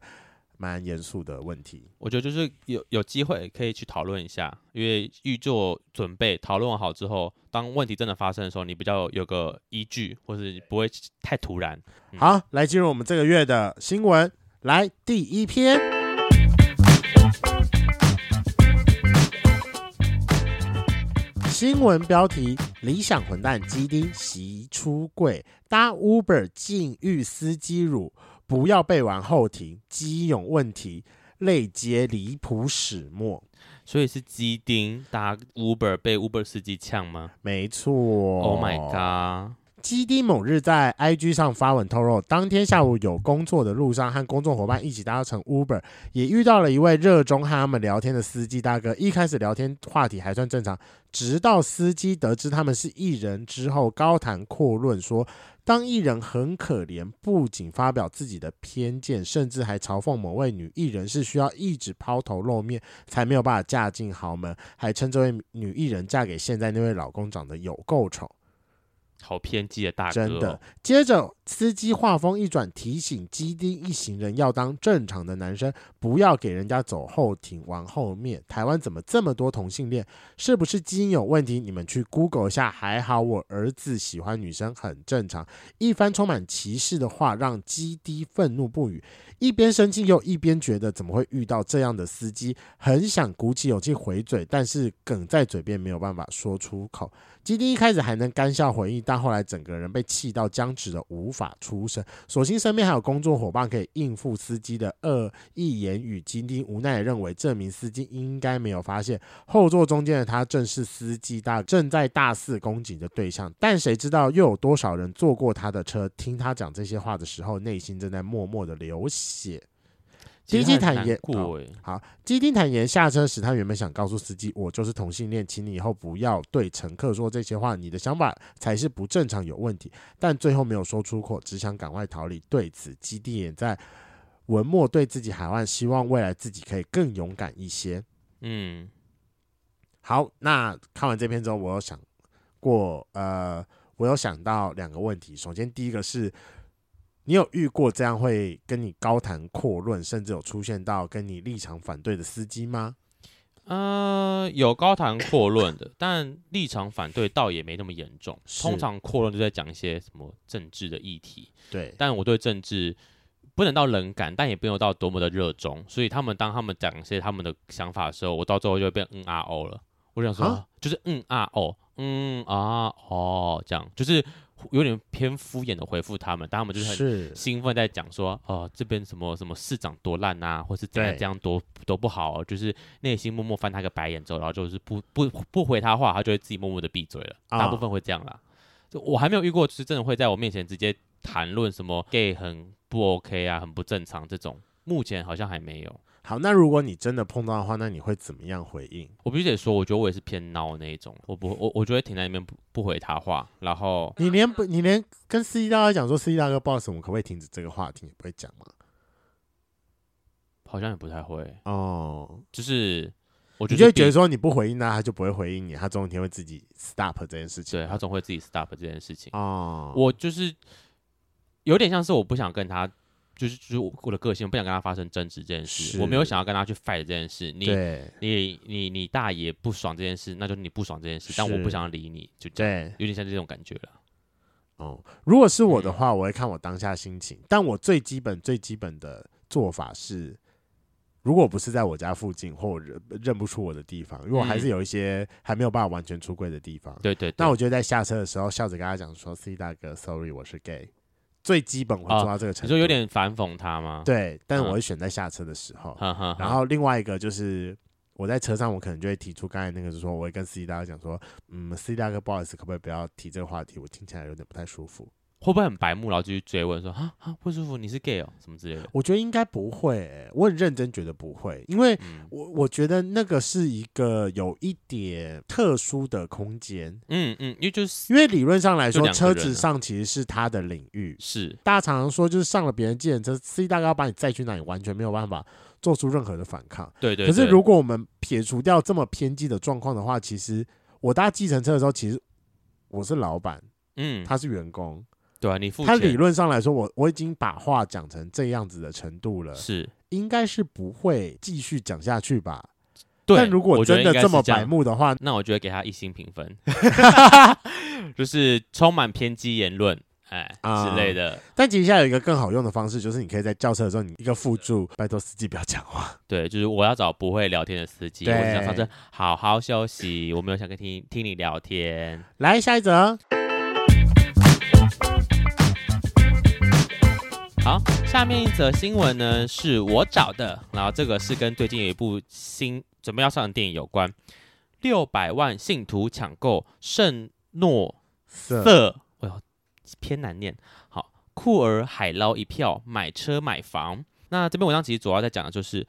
S1: 蛮严肃的问题。
S2: 我觉得就是有有机会可以去讨论一下，因为预做准备，讨论好之后，当问题真的发生的时候，你比较有个依据，或是不会太突然。嗯
S1: 好，来进入我们这个月的新闻。来，第一篇，新闻标题：理想混蛋基丁袭出柜，搭 Uber 禁欲司机乳，不要背完后庭，基勇问题，类接离谱始末。
S2: 所以是鸡丁搭 Uber 被 Uber 司机呛吗、
S1: 没错
S2: o h Oh my
S1: 哦
S2: god！
S1: 基丁某日在 IG 上发文透露，当天下午有工作的路上和工作伙伴一起搭乘 Uber，也遇到了一位热衷和他们聊天的司机大哥。一开始聊天话题还算正常，直到司机得知他们是艺人之后，高谈阔论说，当艺人很可怜，不仅发表自己的偏见，甚至还嘲讽某位女艺人是需要一直抛头露面才没有办法嫁进豪门，还称这位女艺人嫁给现在那位老公长得有够丑。
S2: 好偏激的大哥、哦，
S1: 真的。接着，司机话锋一转，提醒基丁一行人要当正常的男生，不要给人家走后庭、往后面。台湾怎么这么多同性恋？是不是基因有问题？你们去 Google 一下。还好我儿子喜欢女生，很正常。一番充满歧视的话，让基丁愤怒不已，一边生气又一边觉得怎么会遇到这样的司机，很想鼓起勇气回嘴，但是梗在嘴边没有办法说出口。基丁一开始还能干笑回应，但后来整个人被气到僵直的无法出声。所幸身边还有工作伙伴可以应付司机的恶意言语。金丁无奈地认为这名司机应该没有发现后座中间的他正是司机大正在大肆攻击的对象，但谁知道又有多少人坐过他的车？听他讲这些话的时候，内心正在默默的流血。
S2: 其实
S1: 第一
S2: 很
S1: 坦
S2: 难
S1: 言
S2: 过哎，
S1: 好，基丁坦言下车时，他原本想告诉司机：“我就是同性恋，请你以后不要对乘客说这些话，你的想法才是不正常，有问题。”但最后没有说出口，只想赶快逃离。对此，基丁也在文末对自己喊话，希望未来自己可以更勇敢一些。
S2: 嗯，
S1: 好，那看完这篇之后，我有想过，呃，我有想到两个问题。首先，第一个是，你有遇过这样会跟你高谈阔论，甚至有出现到跟你立场反对的司机吗？
S2: 呃，有高谈阔论的，但立场反对倒也没那么严重。通
S1: 是
S2: 常阔论就在讲一些什么政治的议题，
S1: 对，
S2: 但我对政治不能到冷感，但也不能到多么的热衷。所以他们当他们讲一些他们的想法的时候，我到最后就会变嗯啊哦了。我想说
S1: 啊，
S2: 就是嗯啊哦，嗯啊哦，这样就是有点偏敷衍的回复他们，但他们就是很
S1: 是
S2: 兴奋在讲说，哦、这边什么什么市长多烂啊，或是怎样
S1: 对
S2: 这样多多不好、哦，就是内心默默翻他个白眼之后，然后就是不不不回他话，他就会自己默默的闭嘴了。
S1: 啊
S2: 大部分会这样啦，就我还没有遇过，就是真的会在我面前直接谈论什么 gay 很不 OK 啊，很不正常这种，目前好像还没有。
S1: 好。那如果你真的碰到的话，那你会怎么样回应？
S2: 我必须得说，我觉得我也是偏孬那一种，我不我我就会停在那边不不回他话，然后
S1: 你连不，你连跟司机大哥讲说，司机大哥，不好意思，我们可不可以停止这个话题？你不会讲吗？
S2: 好像也不太会，
S1: 哦，
S2: 就是我
S1: 你
S2: 就
S1: 就是会觉得
S2: 避
S1: 说你不回应他，他就不会回应你，他总有一天会自己 stop 这件事情。
S2: 对他总会自己 stop 这件事情。
S1: 哦，
S2: 我就是有点像是我不想跟他，就是就是我我的个性，我不想跟他发生争执这件事，
S1: 是
S2: 我没有想要跟他去 fight 这件事。你
S1: 对
S2: 你你你大爷不爽这件事，那就是你不爽这件事，但我
S1: 是
S2: 不想要理你，就这样，
S1: 对
S2: 有点像这种感觉了。
S1: 哦。如果是我的话，我会看我当下心情，但我最基本最基本的做法是。如果不是在我家附近或我认认不出我的地方，因为我还是
S2: 嗯
S1: 有一些还没有办法完全出柜的地方，
S2: 对对对
S1: 那我就在下车的时候笑着跟他讲说：“C 大哥，sorry，我是 gay。”最基本我会
S2: 哦
S1: 做到这个程
S2: 你
S1: 度，
S2: 说有点反讽他吗？，
S1: 对，但是
S2: 嗯
S1: 我会选在下车的时候。
S2: 哈哈。
S1: 然后另外一个就是我在车上，我可能就会提出刚才那个，就是说我会跟 C 大哥讲说：“嗯，C 大哥，不好意思，可不可以不要提这个话题？我听起来有点不太舒服。
S2: 会不会很白目，然后继续追问说啊啊不舒服，你是 gay 哦什么之类的”？
S1: 我觉得应该不会、欸我很认真觉得不会，因为
S2: 嗯
S1: 我我觉得那个是一个有一点特殊的空间，
S2: 嗯嗯，因为就是
S1: 因为理论上来
S2: 就
S1: 说，
S2: 两个
S1: 车
S2: 人
S1: 子
S2: 啊
S1: 上其实是他的领域，
S2: 是
S1: 大家常常说，就是上了别人计程车，C 大哥要把你载去哪里，完全没有办法做出任何的反抗。
S2: 对对对。
S1: 可是如果我们撇除掉这么偏激的状况的话，其实我搭计程车的时候，其实我是老板，
S2: 嗯，
S1: 他是员工，
S2: 对啊，你付
S1: 他理
S2: 钱
S1: 论上来说，我我已经把话讲成这样子的程度了，
S2: 是
S1: 应该是不会继续讲下去吧？
S2: 对。
S1: 但如果
S2: 我觉
S1: 真
S2: 得
S1: 的
S2: 应该
S1: 这
S2: 是
S1: 么
S2: 这样
S1: 白目的话，
S2: 那我就会给他一星评分， 就是充满偏激言论，哎
S1: 啊
S2: 之类的。
S1: 但其实现在有一个更好用的方式，就是你可以在叫车的时候，你一个附注，拜托司机不要讲话。
S2: 对，就是我要找不会聊天的司机，我
S1: 对
S2: 只想上车好好休息，我没有想跟听听你聊天。
S1: 来下一则，
S2: 好，下面一则新闻呢是我找的，然后这个是跟最近有一部新准备要上的电影有关，六百万信徒抢购圣诺
S1: 色
S2: 色，哎呦，偏难念。好，酷儿海捞一票，买车买房。那这篇文章其实主要在讲的就是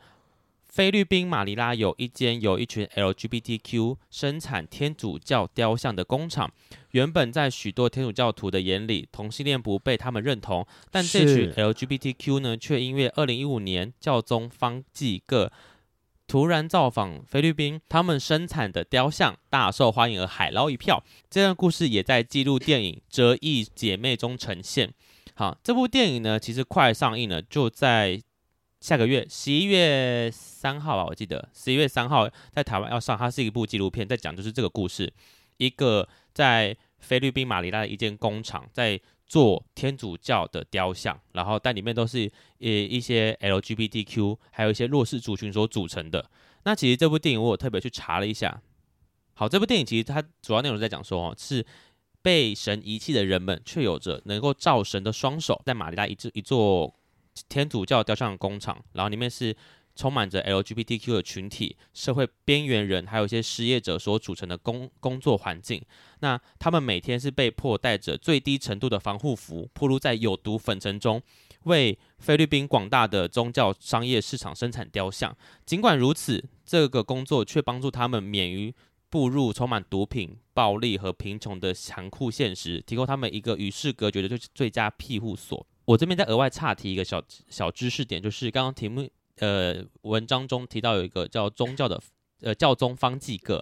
S2: 菲律宾马尼拉有一间有一群 LGBTQ 生产天主教雕像的工厂，原本在许多天主教徒的眼里，同性恋不被他们认同，但这群
S1: 是
S2: LGBTQ 呢，却因为2015年教宗方济各突然造访菲律宾，他们生产的雕像大受欢迎而海捞一票。这段故事也在纪录电影《折翼姐妹》中呈现。好，这部电影呢，其实快上映了，就在下个月十一月三号吧，我记得十一月三号在台湾要上，它是一部纪录片，在讲就是这个故事，一个在菲律宾马尼拉的一间工厂在做天主教的雕像，然后但里面都是呃一些 LGBTQ 还有一些弱势族群所组成的。那其实这部电影我有特别去查了一下，好，这部电影其实它主要内容是在讲说哦，是被神遗弃的人们却有着能够造神的双手。在马尼拉一座一座天主教雕像工厂，然后里面是充满着 LGBTQ 的群体、社会边缘人，还有一些失业者所组成的工工作环境。那他们每天是被迫戴着最低程度的防护服，暴露在有毒粉尘中，为菲律宾广大的宗教商业市场生产雕像。尽管如此，这个工作却帮助他们免于步入充满毒品、暴力和贫穷的残酷现实，提供他们一个与世隔绝的最最佳庇护所。我这边再额外岔题一个小小知识点，就是刚刚题目呃文章中提到有一个叫宗教的呃教宗方济各，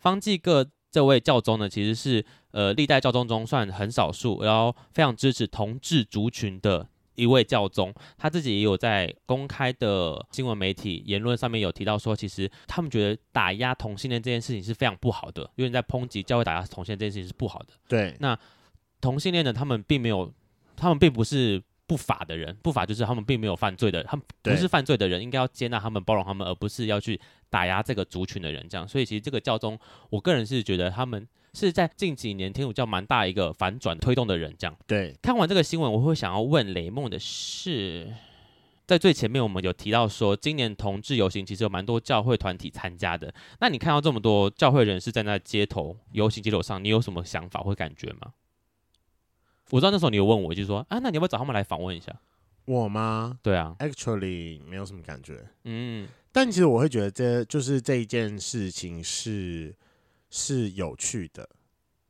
S2: 方济各这位教宗呢，其实是呃历代教宗中算很少数，然后非常支持同志族群的一位教宗。他自己也有在公开的新闻媒体言论上面有提到说，其实他们觉得打压同性恋这件事情是非常不好的，因为你在抨击教会打压同性恋这件事情是不好的。
S1: 对，
S2: 同性恋的他们并没有，他们并不是不法的人，不法就是他们并没有犯罪的，他们
S1: 对
S2: 不是犯罪的人，应该要接纳他们、包容他们，而不是要去打压这个族群的人。这样，所以其实这个教宗，我个人是觉得他们是在近几年天主教蛮大一个反转推动的人。这样，
S1: 对，
S2: 看完这个新闻，我会想要问雷梦的是，在最前面我们有提到说，今年同志游行其实有蛮多教会团体参加的。那你看到这么多教会人士站在街头游行街头上，你有什么想法或感觉吗？我知道那时候你有问我，就说啊，那你要不要找他们来访问一下？
S1: 我吗
S2: 对啊，
S1: ？Actually，没有什么感觉。
S2: 嗯，
S1: 但其实我会觉得这就是这一件事情是是有趣的。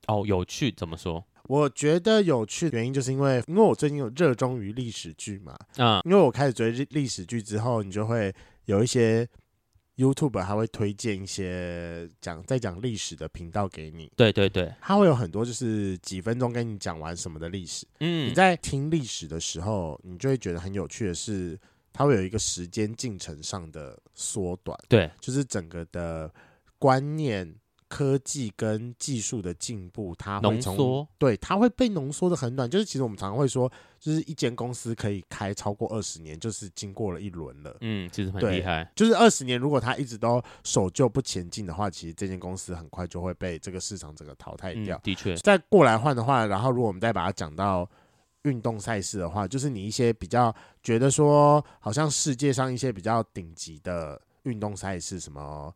S2: 哦，有趣，怎么说？
S1: 我觉得有趣的原因就是因为，因为我最近有热衷于历史剧嘛，
S2: 嗯，
S1: 因为我开始追历历史剧之后，你就会有一些 YouTube 还会推荐一些讲在讲历史的频道给你，
S2: 对对对，
S1: 它会有很多就是几分钟跟你讲完什么的历史。你
S2: 嗯，
S1: 在听历史的时候，你就会觉得很有趣的是，它会有一个时间进程上的缩短，
S2: 对，
S1: 就是整个的观念、科技跟技术的进步，它会
S2: 浓
S1: 从
S2: 缩，
S1: 对它会被浓缩的很短。就是其实我们常常会说，就是一间公司可以开超过二十年，就是经过了一轮了。
S2: 嗯，其实很
S1: 对
S2: 厉害，
S1: 就是二十年，如果它一直都守旧不前进的话，其实这间公司很快就会被这个市场整个淘汰
S2: 嗯
S1: 掉。，
S2: 的 确，
S1: 再过来换的话，然后如果我们再把它讲到运动赛事的话，就是你一些比较觉得说，好像世界上一些比较顶级的运动赛事，什么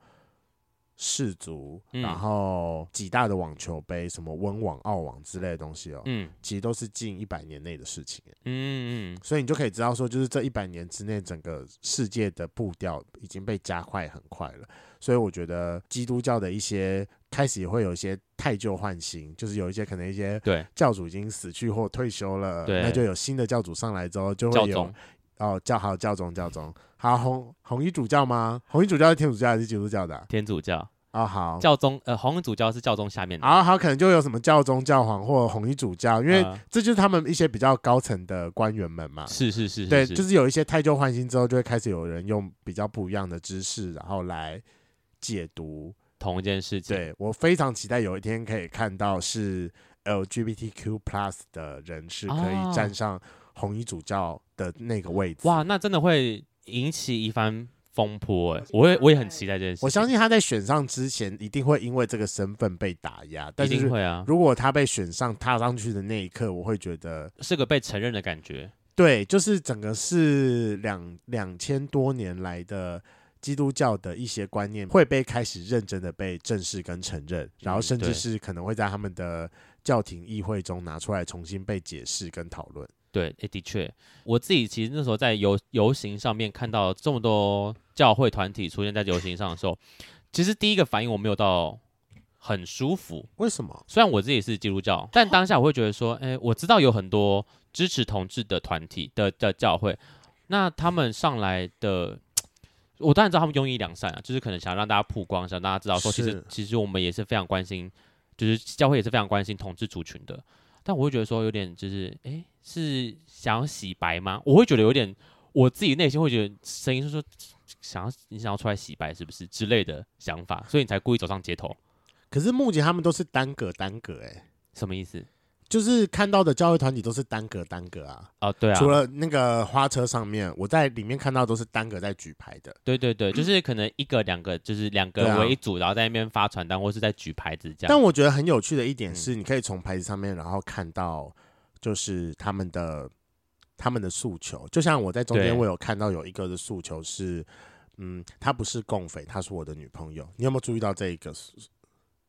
S1: 世足，
S2: 嗯
S1: 然后几大的网球杯，什么温网、澳网之类的东西哦，
S2: 嗯
S1: 其实都是近一百年内的事情耶，
S2: 嗯嗯，
S1: 所以你就可以知道说，就是这一百年之内，整个世界的步调已经被加快很快了。所以我觉得基督教的一些开始也会有一些太旧换新，就是有一些可能一些
S2: 对，
S1: 教主已经死去或退休了，
S2: 对
S1: 那就有新的教主上来之后，就
S2: 教
S1: 会有
S2: 宗，
S1: 哦教好教宗教宗，好红红衣主教吗？红衣主教是天主教还是基督教的啊？
S2: 天主教，
S1: 哦好，
S2: 教宗，呃，红恩主教是教宗下面的，
S1: 好好可能就会有什么教宗教皇或红衣主教，因为
S2: 呃
S1: 这就是他们一些比较高层的官员们嘛。
S2: 是是是，
S1: 对，
S2: 是
S1: 就是有一些太旧换新之后，就会开始有人用比较不一样的知识，然后来解读。
S2: 同一件事情。
S1: 对我非常期待有一天可以看到是 LGBTQ plus 的人士可
S2: 哦
S1: 以站上红衣主教的那个位置。
S2: 哇，那真的会引起一番风波哎、我也我也很期待这件事情。
S1: 我相信他在选上之前一定会因为这个身份被打压，但
S2: 一定
S1: 是
S2: 会啊，
S1: 如果他被选上踏上去的那一刻，我会觉得
S2: 是个被承认的感觉。
S1: 对，就是整个是两两千多年来的基督教的一些观念会被开始认真的被正视跟承认，然后甚
S2: 嗯对
S1: 至是可能会在他们的教廷议会中拿出来重新被解释跟讨论。
S2: 对，诶，的确，我自己其实那时候在游游行上面看到这么多教会团体出现在游行上的时候，其实第一个反应我没有到很舒服，
S1: 为什么？
S2: 虽然我自己是基督
S1: 哦
S2: 教，但当下我会觉得说，哎，我知道有很多支持同志的团体的的教会，那他们上来的，我当然知道他们用意良善啊，就是可能想让大家曝光，想让大家知道说，其实
S1: 是
S2: 其实我们也是非常关心，就是教会也是非常关心同志族群的，但我会觉得说有点就是，哎，是想要洗白吗？我会觉得有点，我自己内心会觉得声音是说。想要你想要出来洗白是不是之类的想法，所以你才故意走上街头，
S1: 可是目前他们都是单个单个、欸，哎，
S2: 什么意思？
S1: 就是看到的教会团体都是单个单个啊，
S2: 哦，对啊，
S1: 除了那个花车上面，我在里面看到都是单个在举牌的。
S2: 对对对，就是可能一个两个，就是两
S1: 对
S2: 个
S1: 啊
S2: 为一组，然后在那边发传单或是在举牌子这样。嗯
S1: 但我觉得很有趣的一点是，你可以从牌子上面，然后看到就是他们的他们的诉求。就像我在中
S2: 对
S1: 间，我有看到有一个的诉求是，嗯，她不是共匪，她是我的女朋友。你有没有注意到这一个？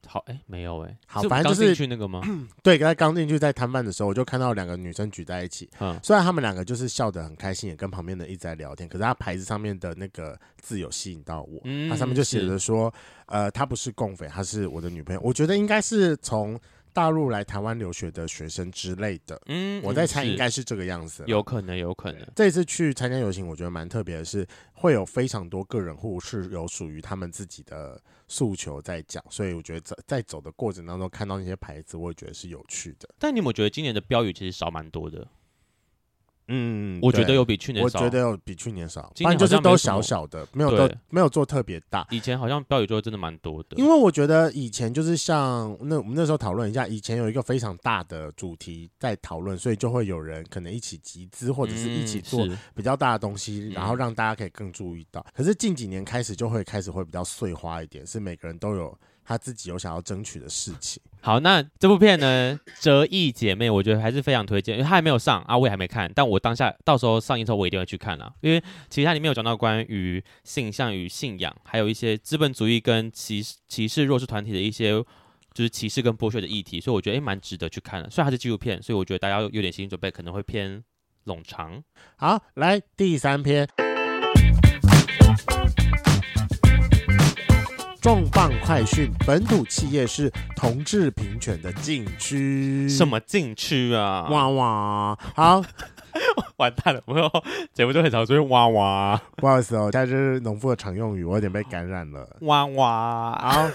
S2: 好，哎，没有哎，
S1: 好
S2: 我
S1: 反正
S2: 刚
S1: 就是
S2: 进去那 个吗？
S1: 对，刚才刚进去在摊贩的时候，我就看到两个女生举在一起。
S2: 嗯
S1: 虽然他们两个就是笑得很开心，也跟旁边的一直在聊天，可是他牌子上面的那个字有吸引到我。
S2: 嗯
S1: 它上面就写
S2: 是
S1: 着说，呃，她不是共匪，她是我的女朋友。我觉得应该是从大陆来台湾留学的学生之类的，
S2: 嗯，
S1: 我
S2: 嗯
S1: 在猜
S2: 是
S1: 应该是这个样子。
S2: 有可能，有可能。
S1: 这次去参加游行，我觉得蛮特别的是，会有非常多个人户是有属于他们自己的诉求在讲，所以我觉得在在走的过程当中看到那些牌子，我也觉得是有趣的。
S2: 但你有没有觉得今年的标语其实少蛮多的？
S1: 嗯，
S2: 我觉得
S1: 对。
S2: 有比去年
S1: 我
S2: 少。
S1: 觉得有比去年少，
S2: 今
S1: 反正
S2: 年
S1: 就是
S2: 好像没
S1: 都
S2: 有什
S1: 小
S2: 么
S1: 小的，没有都
S2: 对
S1: 没有做特别大。
S2: 以前好像标语就真的蛮多的，
S1: 因为我觉得以前就是像那我们那时候讨论一下，以前有一个非常大的主题在讨论，所以就会有人可能一起集资或者是一起
S2: 嗯
S1: 做
S2: 是
S1: 比较大的东西，
S2: 嗯
S1: 然后让大家可以更注意到。可是近几年开始就会开始会比较碎花一点，是每个人都有他自己有想要争取的事情。
S2: 好，那这部片呢，《折翼姐妹》，我觉得还是非常推荐，因为它还没有上啊，我也还没看，但我当下到时候上映之后，我一定会去看啊，因为其实它里面有讲到关于性向与信仰，还有一些资本主义跟歧视歧视弱势团体的一些就是歧视跟剥削的议题，所以我觉得诶蛮值得去看的。虽然它是纪录片，所以我觉得大家有点心理准备，可能会偏冗 长。
S1: 好，来第三篇，重磅快讯：本土企业是同志平权的禁区。
S2: 什？么禁区啊？哇，
S1: 哇哇！好，
S2: 完蛋了！我们节目就很常出现哇哇
S1: 不好意思哦，现在这是农夫的常用语，我有点被感染 了。
S2: 哇哇，
S1: 好，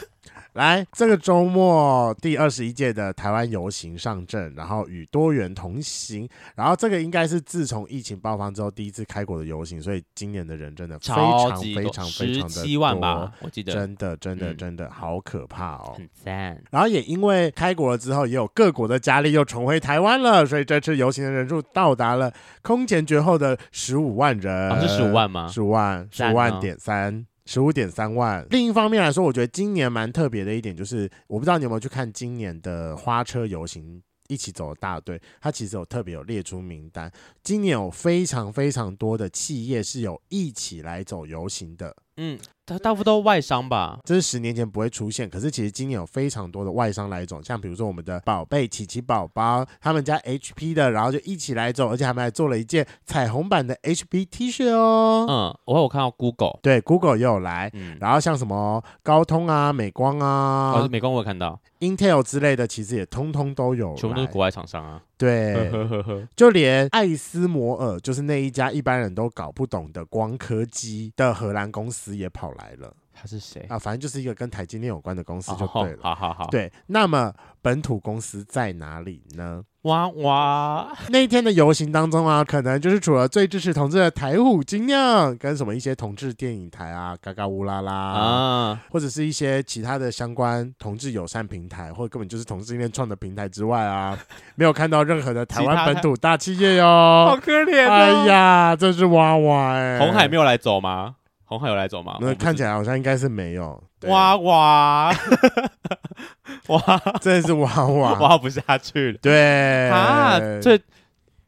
S1: 来，这个周末第二十一届的台湾游行上阵，然后与多元同行，然后这个应该是自从疫情爆发之后第一次开国的游行，所以今年的人真的非
S2: 超
S1: 常
S2: 级
S1: 非常非
S2: 十
S1: 常的
S2: 七万吧，我记
S1: 多，
S2: 得。
S1: 真的真的
S2: 嗯
S1: 真的好可怕哦。
S2: 很赞。
S1: 然后也因为开国了之后，也有各国的佳丽又重回台湾了，所以这次游行的人数到达了空前绝后的十五万人，
S2: 啊，是十五万吗？
S1: 十五万，十
S2: 赞
S1: 五
S2: 哦
S1: 万点三，十五点三万。另一方面来说，我觉得今年蛮特别的一点就是，我不知道你有没有去看今年的花车游行。一起走的大队，它其实有特别有列出名单。今年有非常非常多的企业是有一起来走游行的，
S2: 嗯，他大部分都外商吧？
S1: 这是十年前不会出现，可是其实今年有非常多的外商来走，像比如说我们的宝贝琪琪宝宝，他们家 HP 的，然后就一起来走，而且他们还做了一件彩虹版的 HP T 恤哦。
S2: 嗯，我有看到 Google，
S1: 对，Google 也有来，
S2: 嗯，
S1: 然后像什么高通啊、美光
S2: 哦，
S1: 啊、
S2: 美光我有看到，
S1: Intel 之类的，其实也通通都有来，
S2: 全部都是国外厂商啊。
S1: 对，就连艾斯摩尔，就是那一家一般人都搞不懂的光刻机的荷兰公司也跑来了
S2: 他是谁？
S1: 啊，反正就是一个跟台积电有关的公司
S2: 哦
S1: 就对了。
S2: 好好好，，
S1: 对，那么本土公司在哪里呢？
S2: 哇哇，
S1: 那一天的游行当中啊，可能就是除了最支持同志的台虎精酿，跟什么一些同志电影台啊、嘎嘎乌拉拉
S2: 啊，
S1: 或者是一些其他的相关同志友善平台，或者根本就是同志恋创的平台之外啊，没有看到任何的台
S2: 其他
S1: 湾
S2: 的
S1: 本土大企业哟、
S2: 好可怜哦
S1: 哎，呀，真是哇哇哎、
S2: 红海没有来走吗？红海有来走吗？
S1: 那看起来好像应该是没有。对，
S2: 哇哇 哇
S1: 真的是哇 哇。
S2: 哇不下去了
S1: 对
S2: 啊！
S1: 对，
S2: 这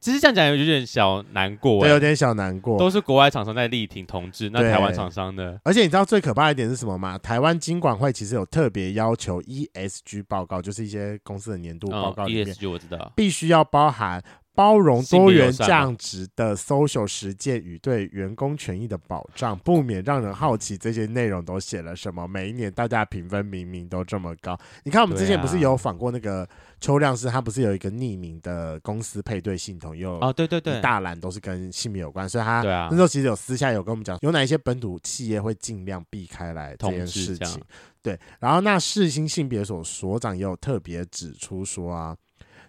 S2: 其实这样讲有点小难过
S1: 有
S2: 哎，
S1: 点小难过。
S2: 都是国外厂商在力挺同志，那
S1: 对
S2: 台湾厂商呢？
S1: 而且你知道最可怕的一点是什么吗？台湾金管会其实有特别要求 ESG 报告，就是一些公司的年度报告
S2: 嗯
S1: 里面，
S2: ，ESG 我知道，
S1: 必须要包含包容
S2: 性
S1: 多
S2: 别友
S1: 元
S2: 善
S1: 价值的 social 实践与对员工权益的保障，不免让人好奇这些内容都写了什么。每一年大家评分明明都这么高，你看我们之
S2: 对
S1: 前
S2: 啊
S1: 不是有访过那个邱亮师，他不是有一个匿名的公司配对系统，也有
S2: 哦，对对
S1: 一
S2: 对，
S1: 大栏都是跟性别有关，所以他
S2: 对啊
S1: 那时候其实有私下有跟我们讲，有哪一些本土企业会尽量避开来这件事
S2: 同志这样
S1: 情。对，然后那世新性别所所长也有特别指出说啊，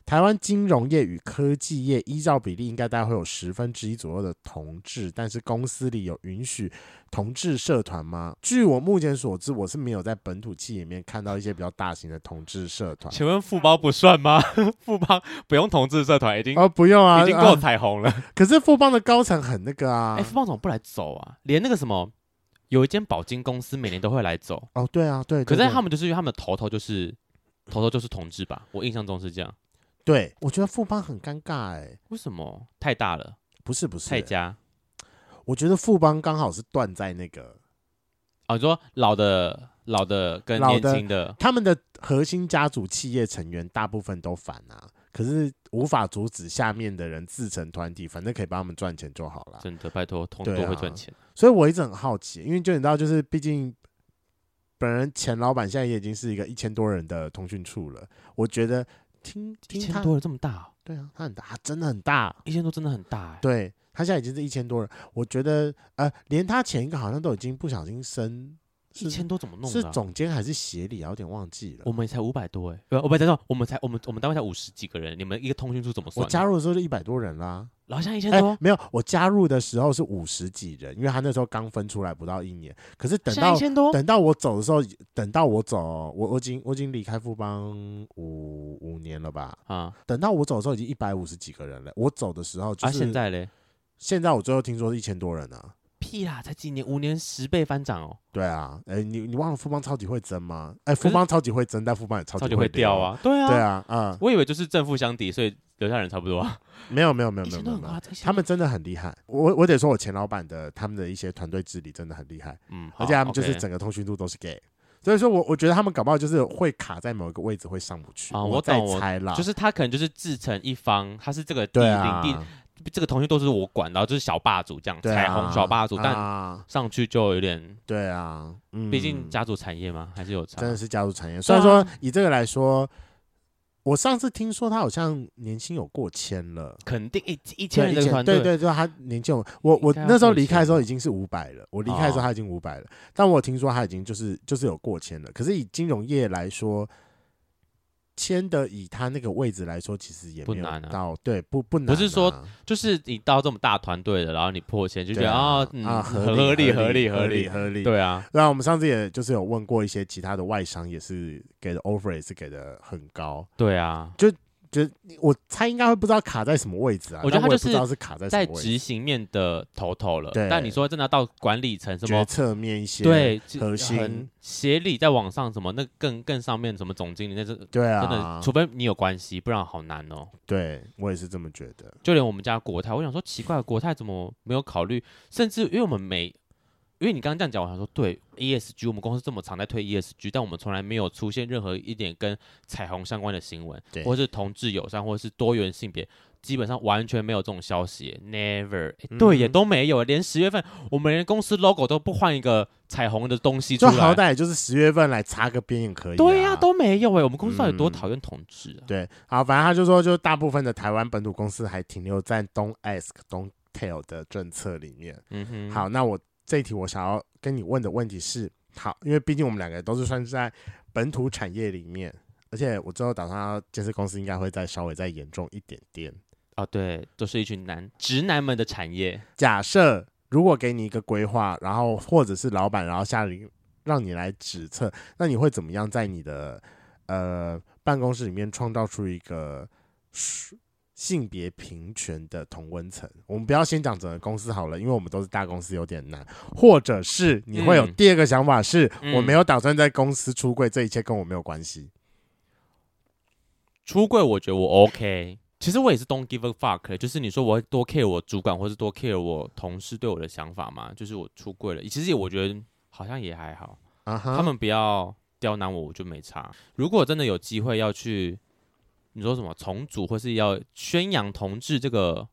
S1: 台湾金融业与科技业依照比例应该大概会有十分之一左右的同志，但是公司里有允许同志社团吗？据我目前所知，我是没有在本土企业里面看到一些比较大型的同志社团。
S2: 请问富邦不算吗？ 富邦不用同志社团，已经、
S1: 哦，不用啊，
S2: 已经够
S1: 啊
S2: 彩虹了。
S1: 可是富邦的高层很那个啊
S2: 哎、，富邦怎么不来走啊？连那个什么，有一间保金公司每年都会来走，
S1: 哦，对啊，对，
S2: 可
S1: 对
S2: 是
S1: 对
S2: 他们就是因为他们的头头就是头头就是同志吧？我印象中是这样。
S1: 对，我觉得富邦很尴尬哎、
S2: 为什么太大了？
S1: 不是不是
S2: 蔡，家
S1: 我觉得富邦刚好是断在那个
S2: 哦，你说老的老的跟
S1: 老
S2: 年
S1: 的
S2: 轻的，
S1: 他们的核心家族企业成员大部分都反啊，可是无法阻止下面的人自成团体，反正可以帮他们赚钱就好了。
S2: 真的拜托，同
S1: 对
S2: 多会
S1: 啊
S2: 赚钱。
S1: 所以我一直很好奇，因为就你知道，就是毕竟本人前老板现在也已经是一个一千多人的通讯处了，我觉得听
S2: 一
S1: 听
S2: 千
S1: 他，
S2: 多人这么大哦、
S1: 对啊，他很大，他真的很大，
S2: 一千多真的很大哎、
S1: 对他现在已经是一千多人，我觉得呃，连他前一个好像都已经不小心升
S2: 一千多怎么弄
S1: 是
S2: 的啊、
S1: 总监还是协理啊，有点忘记了
S2: 我。们才五百多哎、不，我们才多少？我们才我们我们单位才五十几个人，你们一个通讯处怎么算
S1: 我
S2: 的？
S1: 加入的时候就一百多人啦，
S2: 然后像一千
S1: 哎、
S2: 多，
S1: 没有，我加入的时候是五十几人，因为他那时候刚分出来不到一年。可是等
S2: 现在
S1: 到
S2: 一千多，
S1: 等到我走的时候，等到我走，我我已经我已经离开富邦五五年了吧？
S2: 啊，
S1: 等到我走的时候已经一百五十几个人了。我走的时候就
S2: 啊，
S1: 是、
S2: 现在嘞，
S1: 现在我最后听说是一千多人呢、啊。
S2: 屁啦，才几年，五年十倍翻涨哦，
S1: 对啊，哎、你你忘了富邦超级会增吗？哎、
S2: 可
S1: 富
S2: 是
S1: 邦超级会增，但富邦也超
S2: 超
S1: 级
S2: 级会
S1: 掉
S2: 掉。啊，对啊，
S1: 对啊，啊、
S2: 我以为就是正负相抵，所以留下人差不多啊，
S1: 没有没有没有
S2: 一
S1: 没有
S2: 千
S1: 没
S2: 多
S1: 有没
S2: 啊很夸
S1: 有，
S2: 张，一千
S1: 他们真的很厉害。我我得说，我前老板的他们的一些团队治理真的很厉害。
S2: 嗯，好
S1: 而且他们就是
S2: OK
S1: 整个通讯度都是 gay，所以说我我觉得他们搞不好就是会卡在某一个位置会上不去
S2: 啊
S1: 我
S2: 我懂
S1: 在
S2: 我
S1: 猜啦，
S2: 就是他可能就是自成一方，他是这个地
S1: 对
S2: 领
S1: 啊，
S2: 地，这个同学都是我管，然后就是小霸主这样，
S1: 对啊
S2: 彩虹小霸主，但
S1: 啊
S2: 上去就有点，
S1: 对啊，嗯，
S2: 毕竟家族产业啊嘛，还是有差
S1: 真。的是加入产业，虽然说以这个来说，我上次听说他好像年薪有过千了。
S2: 肯定一一千
S1: 对
S2: 人
S1: 以
S2: 这个
S1: 前
S2: 团
S1: 对对
S2: 队，
S1: 对，他年纪有我我
S2: 应该要
S1: 那时候
S2: 过
S1: 离
S2: 千
S1: 开的时候已经是五百了，我离开的时候
S2: 哦
S1: 他已经五百了，但我听说他已经就是就是有过千了。可是以金融业来说，签的以他那个位置来说，其实也
S2: 不
S1: 没有
S2: 难啊
S1: 到对不不难、啊
S2: 是说就是你到这么大团队了，然后你破千就觉得哦嗯
S1: 啊
S2: 合
S1: 理
S2: 理
S1: 合
S2: 理
S1: 合
S2: 合
S1: 理，合理。
S2: 对啊，
S1: 那我们上次也就是有问过一些其他的外商，也是给的 offer 也是给的很高，
S2: 对啊，
S1: 我猜应该会不知道卡在什么位置啊。
S2: 我觉
S1: 但
S2: 得他
S1: 也不
S2: 就是
S1: 知道是卡在什
S2: 在
S1: 么位置，
S2: 执行面的头头了
S1: 对，
S2: 但你说真的到管理层什
S1: 决
S2: 么
S1: 策面一些
S2: 对，就
S1: 核心
S2: 很协理在往上什么，那更更上面什么总经理，那是真
S1: 对啊，
S2: 的，除非你有关系，不然好难哦。
S1: 对我也是这么觉得。
S2: 就连我们家国泰，我想说奇怪，国泰怎么没有考虑？甚至因为我们每，因为你刚刚这样讲，我想说对 ESG，我们公司这么常在推 ESG，但我们从来没有出现任何一点跟彩虹相关的新闻
S1: 对，
S2: 或是同志友善，或是多元性别。基本上完全没有这种消息耶，never，、诶
S1: 嗯
S2: 对，也都没有。连十月份，我们连公司 logo 都不换一个彩虹的东西出
S1: 就
S2: 来，
S1: 好歹也就是十月份来擦个边也可以、
S2: 对呀、
S1: 呀、
S2: 都没有哎、我们公司到底多
S1: 嗯
S2: 讨厌同志啊？
S1: 对，好，反正他就说，就大部分的台湾本土公司还停留在 “Don't ask, Don't tell” 的政策里面。
S2: 嗯哼，
S1: 好，那我这一题我想要跟你问的问题是，好，因为毕竟我们两个都是算是在本土产业里面，而且我之后打算要建设公司，应该会再稍微再严重一点点。
S2: 哦，对，都是一群男直男们的产业，
S1: 假设如果给你一个规划，然后或者是老板，然后下令让你来指测，那你会怎么样在你的呃办公室里面创造出一个属性别平权的呃同温层？我们不要先讲整个公司好了，因为我们都是大公司，有点难。或者是你会有
S2: 嗯
S1: 第二个想法是，
S2: 嗯
S1: 我没有打算在公司出柜，这一切跟我没有关系。
S2: 出柜，我觉得我 OK。其实我也是 don't give a fuck，就是欸你说我会多 care 我主管，或是多 care 我同事对我的想法嘛？就是我出柜了，其实我觉得好像也还好，
S1: 啊哈，
S2: 他们不要刁难我，我就没差。如果真的有机会要去，你说什么重组，或是要宣扬同志这个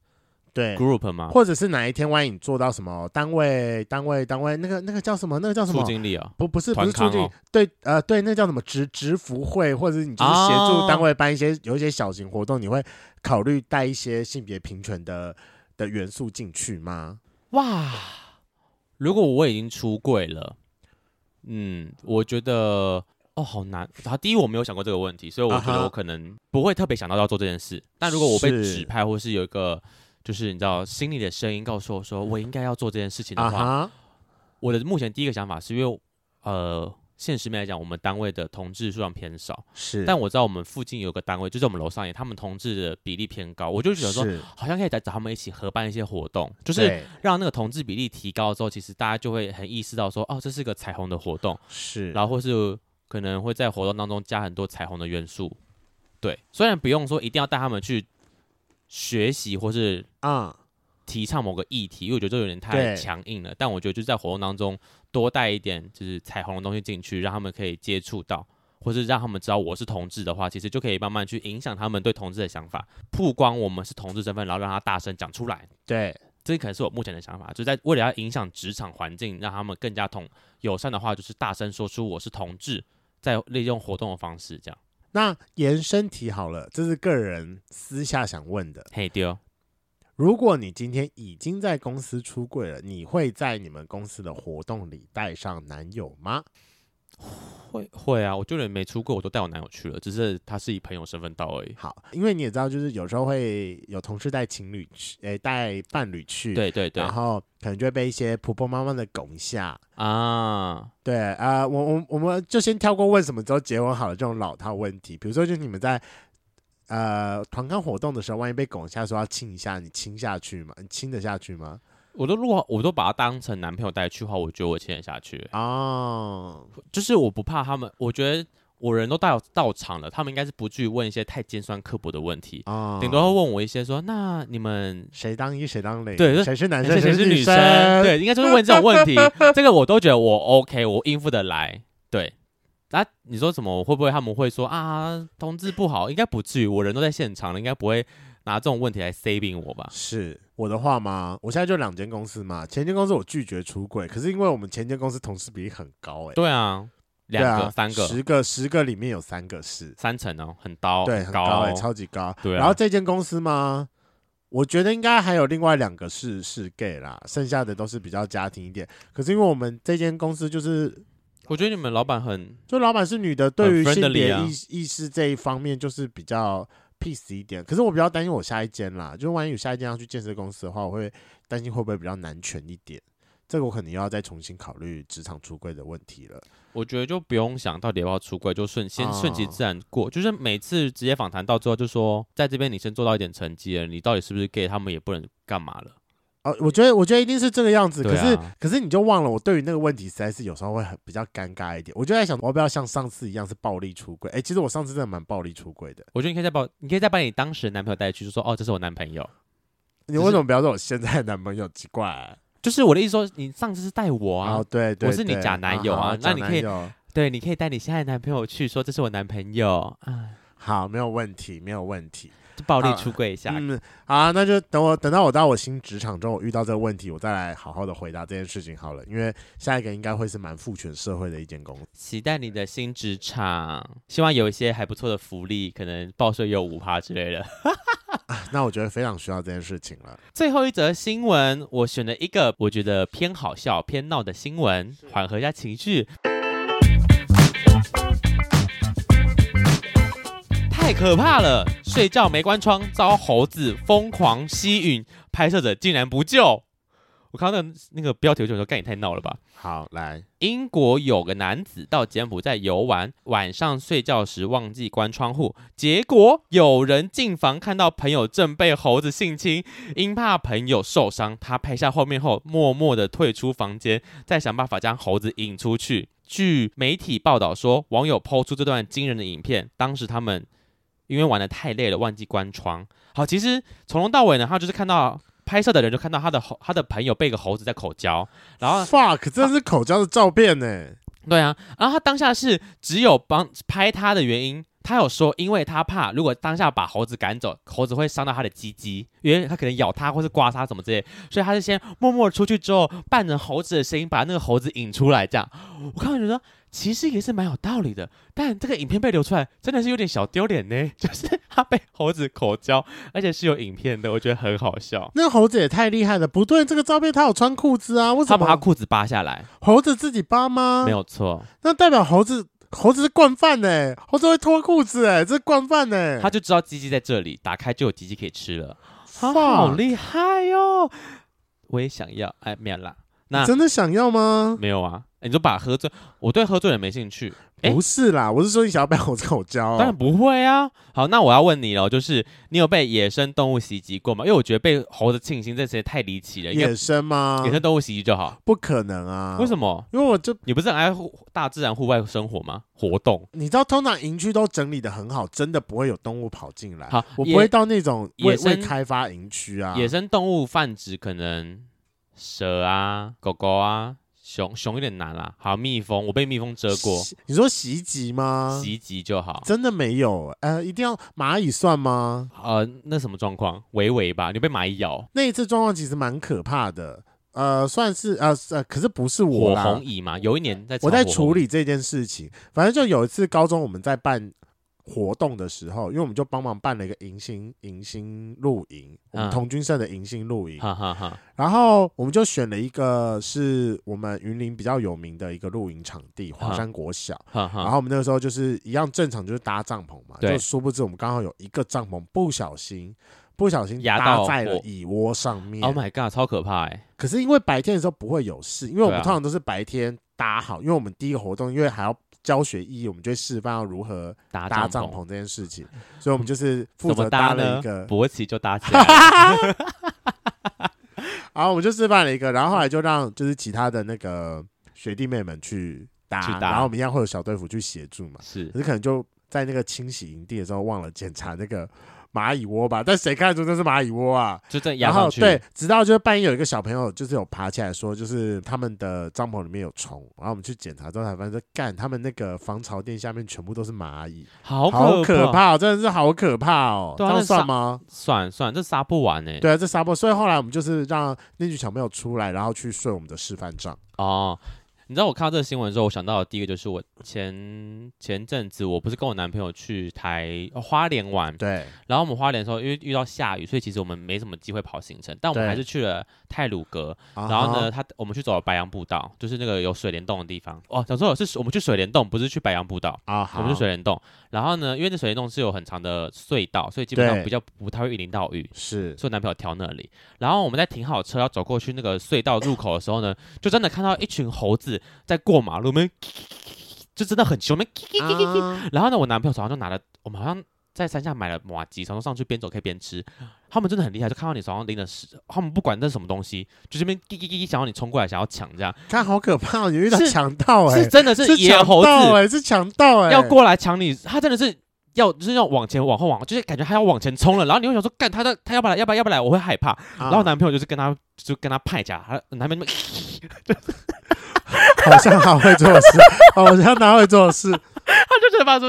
S1: 对
S2: group 吗？
S1: 哎或者是哪一天万一你做到什么单位单位单位那个那个叫什么那个叫什
S2: 副
S1: 么
S2: 经理啊、
S1: 不不是不
S2: 团
S1: 是促
S2: 康
S1: 进、
S2: 哦
S1: 对呃对那叫什么职职服会，或者是你就是协助
S2: 哦
S1: 单位办一些、有一些小型活动，你会考虑带一些性别平权的的元素进去吗？
S2: 哇，如果我已经出柜了，嗯，我觉得哦，好难。好，第一我没有想过这个问题，所以我觉
S1: 啊哈
S2: 得我可能不会特别想到要做这件事。但如果我被
S1: 是
S2: 指派，或是有一个就是你知道心里的声音告诉我说我应该要做这件事情的
S1: 啊
S2: 话，
S1: 哈，
S2: 我的目前第一个想法是因为呃，现实面来讲，我们单位的同志数量偏少，
S1: 是，
S2: 但我知道我们附近有个单位，就是我们楼上也，他们同志的比例偏高，我就觉得说。
S1: 是
S2: 好像可以再找他们一起合办一些活动，就
S1: 就是
S2: 让那个同志比例提高之后，其实大家就会很意识到说，哦，这是个彩虹的活动，
S1: 是，
S2: 然后或是可能会在活动当中加很多彩虹的元素。对，虽然不用说一定要带他们去学习或是
S1: 啊、
S2: 提倡某个议题，因为我觉得这有点
S1: 对
S2: 太强硬了。但我觉得就是在活动当中多带一点就是彩虹的东西进去，让他们可以接触到，或是让他们知道我是同志的话，其实就可以慢慢去影响他们对同志的想法，曝光我们是同志身份，然后让他大声讲出来。
S1: 对，
S2: 这可能是我目前的想法，就在为了要影响职场环境，让他们更加同友善的话，就是大声说出我是同志，再利用活动的方式这样。
S1: 那延伸题好了，这是个人私下想问的。
S2: 嘿丢，
S1: 如果你今天已经在公司出柜了，你会在你们公司的活动里带上男友吗？
S2: 会会啊，我就连没出过，我都带我男友去了，只是他是以朋友身份到而已。
S1: 好，因为你也知道，就是有时候会有同事带情侣去，诶、带伴侣去，，
S2: 对对对
S1: 然后可能就会被一些婆婆妈妈的拱一下。
S2: 啊，
S1: 对啊、我我我们就先跳过问什么时候结婚好了这种老套问题，比如说就是你们在呃团康活动的时候，万一被拱一下说要亲一下，你亲下去吗？你亲得下去吗？
S2: 我都如果我都把他当成男朋友带去的话，我觉得我亲得下去，
S1: 哦，
S2: 就是我不怕他们，我觉得我人都到到场了，他们应该是不至于问一些太尖酸刻薄的问题，
S1: 哦，
S2: 顶多会问我一些说，那你们
S1: 谁当一谁当零，
S2: 对就
S1: 谁是男生
S2: 谁是
S1: 是
S2: 女
S1: 生，
S2: 对，应该就是问这种问题， 这个我都觉得我 OK，我应付得来，对。那、你说什么？会不会他们会说啊，同志不好？应该不至于，我人都在现场了，应该不会拿这种问题来 saving 我吧？
S1: 是我的话吗？我现在就两间公司嘛，前间公司我拒绝出轨，可是因为我们前间公司同事比例很高、欸，哎，
S2: 对啊，两个、
S1: 啊、
S2: 三个、
S1: 十个，十个里面有三个是，
S2: 三层哦，很高，
S1: 对，很
S2: 很
S1: 高、
S2: 哦
S1: 欸，超级高。
S2: 对啊
S1: 然后这间公司吗？我觉得应该还有另外两个是是 gay 啦，剩下的都是比较家庭一点。可是因为我们这间公司就是，
S2: 我觉得你们老板很
S1: 就老板是女的，对于
S2: 很
S1: 性
S2: friendly
S1: 别
S2: 啊
S1: 意意识这一方面就是比较 peace 一点。可是我比较担心我下一间啦，就万一有下一间要去建设公司的话，我会担心会不会比较男权一点。这个我可能要再重新考虑职场出柜的问题了。
S2: 我觉得就不用想到底要不要出柜，就顺先
S1: 哦
S2: 顺其自然过。就是每次直接访谈到最后，就说在这边你先做到一点成绩了，你到底是不是 gay，他们也不能干嘛了。
S1: 哦，我觉得，我觉得一定是这个样子。
S2: 对
S1: 可
S2: 啊
S1: 是，可是你就忘了，我对于那个问题实在是有时候会很比较尴尬一点。我就在想，我要不要像上次一样是暴力出轨？哎、其实我上次真的蛮暴力出轨的。
S2: 我觉得你可以再把你可以再把你当时的男朋友带去，就说哦，这是我男朋友。
S1: 你
S2: 就是
S1: 为什么不要说我现在的男朋友？奇怪、
S2: 就是我的意思说，你上次是带我啊，
S1: 哦，对对
S2: 我是你
S1: 对
S2: 假男友啊
S1: 好
S2: 那你可以
S1: 假男友
S2: 对，你可以带你现在的男朋友去说这是我男朋
S1: 哦
S2: 友啊，
S1: 好，没有问题，没有问题。
S2: 就暴力
S1: 啊
S2: 出柜一下。
S1: 嗯，好啊，那就等我等到我到我新职场中，我遇到这个问题，我再来好好的回答这件事情好了。因为下一个应该会是蛮父权社会的一间公司。
S2: 期待你的新职场，希望有一些还不错的福利，可能报税有五趴之类的。
S1: 那我觉得非常需要这件事情了。
S2: 最后一则新闻，我选了一个我觉得偏好笑、偏闹的新闻，缓和一下情绪。太可怕了！睡觉没关窗，遭猴子疯狂吸吮，拍摄者竟然不救。我看到那个那个标题，我就想说，干也太闹了吧！
S1: 好，来，
S2: 英国有个男子到柬埔寨游玩，晚上睡觉时忘记关窗户，结果有人进房看到朋友正被猴子性侵，因怕朋友受伤，他拍下画面后默默地退出房间，再想办法将猴子引出去。据媒体报道说，网友抛出这段惊人的影片，当时他们因为玩的太累了，忘记关窗。好，其实从头到尾呢，他就是看到拍摄的人就看到他的猴，他的朋友被一个猴子在口交，然后
S1: fuck，这是口交的照片呢、
S2: 对啊，然后他当下是只有帮拍他的原因，他有说，因为他怕如果当下把猴子赶走，猴子会伤到他的鸡鸡，因为他可能咬他或是刮他什么之类，所以他就先默默地出去之后，扮成猴子的声音把那个猴子引出来。这样，我看到觉得其实也是蛮有道理的，但这个影片被流出来真的是有点小丢脸呢， 就是他被猴子口交，而且是有影片的，我觉得很好笑。
S1: 那猴子也太厉害了，不对，这个照片他有穿裤子啊？为什
S2: 他把他
S1: 么
S2: 裤子扒下来，
S1: 猴子自己扒吗？
S2: 没，有错。
S1: 那代表猴子猴子是惯犯呢、猴子会脱裤子哎、这是惯犯呢、
S2: 他就知道鸡鸡在这里，打开就有鸡鸡可以吃了，
S1: 他
S2: 啊，好厉害哦！我也想要，哎，没有啦，害
S1: 真的想要吗？
S2: 没有啊，你就把喝醉，我对喝醉人没兴趣，哎
S1: 不是啦，我是说你想要被猴子口交、
S2: 当然不会啊。好，那我要问你了，就是你有被野生动物袭击过吗？因为我觉得被猴子庆幸这实在太离奇了，应该
S1: 野生吗？
S2: 野生动物袭击就好。
S1: 不可能啊！
S2: 为什么？
S1: 么？因为我就
S2: 你不是很爱户大自然户外生活吗？活动
S1: 你知道，通常营区都整理的很好，真的不会有动物跑进来。
S2: 好
S1: 我
S2: 野
S1: 不会到那种未
S2: 野生
S1: 未开发营区啊。
S2: 野生动物泛指可能蛇啊、狗狗啊、熊，熊有点难啦。好，蜜蜂，我被蜜蜂蛰过，
S1: 袭你说袭击吗？
S2: 袭击就好。
S1: 真的没有，呃，一定要蚂蚁算吗？
S2: 呃，那什么状况？维维吧，你被蚂蚁咬，
S1: 那一次状况其实蛮可怕的，呃，算是呃呃，可是不是我
S2: 火
S1: 啦，
S2: 红蚁嘛。有一年在
S1: 我在
S2: 炒火
S1: 处
S2: 红蚁，
S1: 理这件事情。反正就有一次高中我们在办活动的时候，因为我们就帮忙办了一个迎新迎新露营，我们
S2: 嗯
S1: 同军社的迎新露营，
S2: 哈哈哈。
S1: 然后我们就选了一个是我们云林比较有名的一个露营场地，华
S2: 嗯
S1: 山国小。
S2: 哈哈
S1: 然后我们那个时候就是一样正常，就是搭帐篷嘛。
S2: 对
S1: 就殊不知我们刚好有一个帐篷不小心不小心
S2: 压
S1: 搭
S2: 到
S1: 在了
S2: 我
S1: 蚁窝上面。
S2: Oh my god，超可怕哎、
S1: 可是因为白天的时候不会有事，因为我
S2: 对
S1: 们
S2: 啊
S1: 通常都是白天搭好，因为我们第一个活动，因为还要教学意义，我们就会示范要如何
S2: 搭
S1: 搭
S2: 帐
S1: 帐篷这件事情，所以我们就是负
S2: 怎
S1: 责
S2: 么搭
S1: 了
S2: 呢
S1: 一个？，
S2: 勃起就搭起来了
S1: 然啊后我们就示范了一个，然后后来就让就是其他的那个学弟妹们去搭，
S2: 去搭
S1: 然后我们一样会有小队服去协助嘛，
S2: 是
S1: 可是可能就在那个清洗营地的时候忘了检查那个蚂蚁窝吧，但谁看得出这是蚂蚁窝啊？
S2: 就这样压
S1: 然后
S2: 上去，
S1: 对，直到就是半夜有一个小朋友就是有爬起来说，就是他们的帐篷里面有虫，然后我们去检查之后才发现说，干他们那个防潮垫下面全部都是蚂蚁，
S2: 好
S1: 好
S2: 可
S1: 可。怕、哦，真的是好可怕哦！
S2: 对啊
S1: 这样
S2: 那
S1: 算
S2: 杀
S1: 吗？
S2: 算算，这杀不完呢、欸
S1: 对啊，这沙漠，所以后来我们就是让那群小朋友出来，然后去睡我们的示范帐。
S2: 哦，你知道我看到这个新闻之后，我想到的第一个就是我前前阵子我不是跟我男朋友去台、哦花莲玩，
S1: 对，
S2: 然后我们花莲的时候因为遇到下雨，所以其实我们没什么机会跑行程，但我们
S1: 对
S2: 还是去了泰鲁阁，
S1: 然
S2: 然后呢，？他我们去走了白杨步道，就是那个有水帘洞的地方。哦，讲错了，是我们去水帘洞，不是去白杨步道。
S1: 啊，
S2: 我
S1: 好，
S2: 们去水帘洞，然后呢，因为那水帘洞是有很长的隧道，所以基本上
S1: 对
S2: 比较不太会淋到雨，
S1: 是
S2: 所以我男朋友挑那里。然后我们在停好车要走过去那个隧道入口的时候呢，就真的看到一群猴子在过马路，我们 就真的很凶，我们
S1: 啊
S2: 然后呢，我男朋友手上就拿了，我们好像在山下买了马吉，然后上去边走可以边吃。他们真的很厉害，就看到你手上拎的是，他们不管那是什么东西，就这边滴滴滴滴想要你冲过来，想要抢这样，
S1: 看好可怕哦，你遇到
S2: 是
S1: 强盗哎
S2: 是，真的
S1: 是
S2: 是野猴子
S1: 强盗哎，是强盗哎，
S2: 要过来抢你，他真的是。要就是要往前往后往，就是感觉他要往前冲了，然后你会想说，干他的他要不来要不来要不来，我会害怕。
S1: 啊，
S2: 然后我男朋友就是跟他就跟他派架，他男朋友
S1: 好像他会做 事，哦好像他会做事，
S2: 他就觉得发出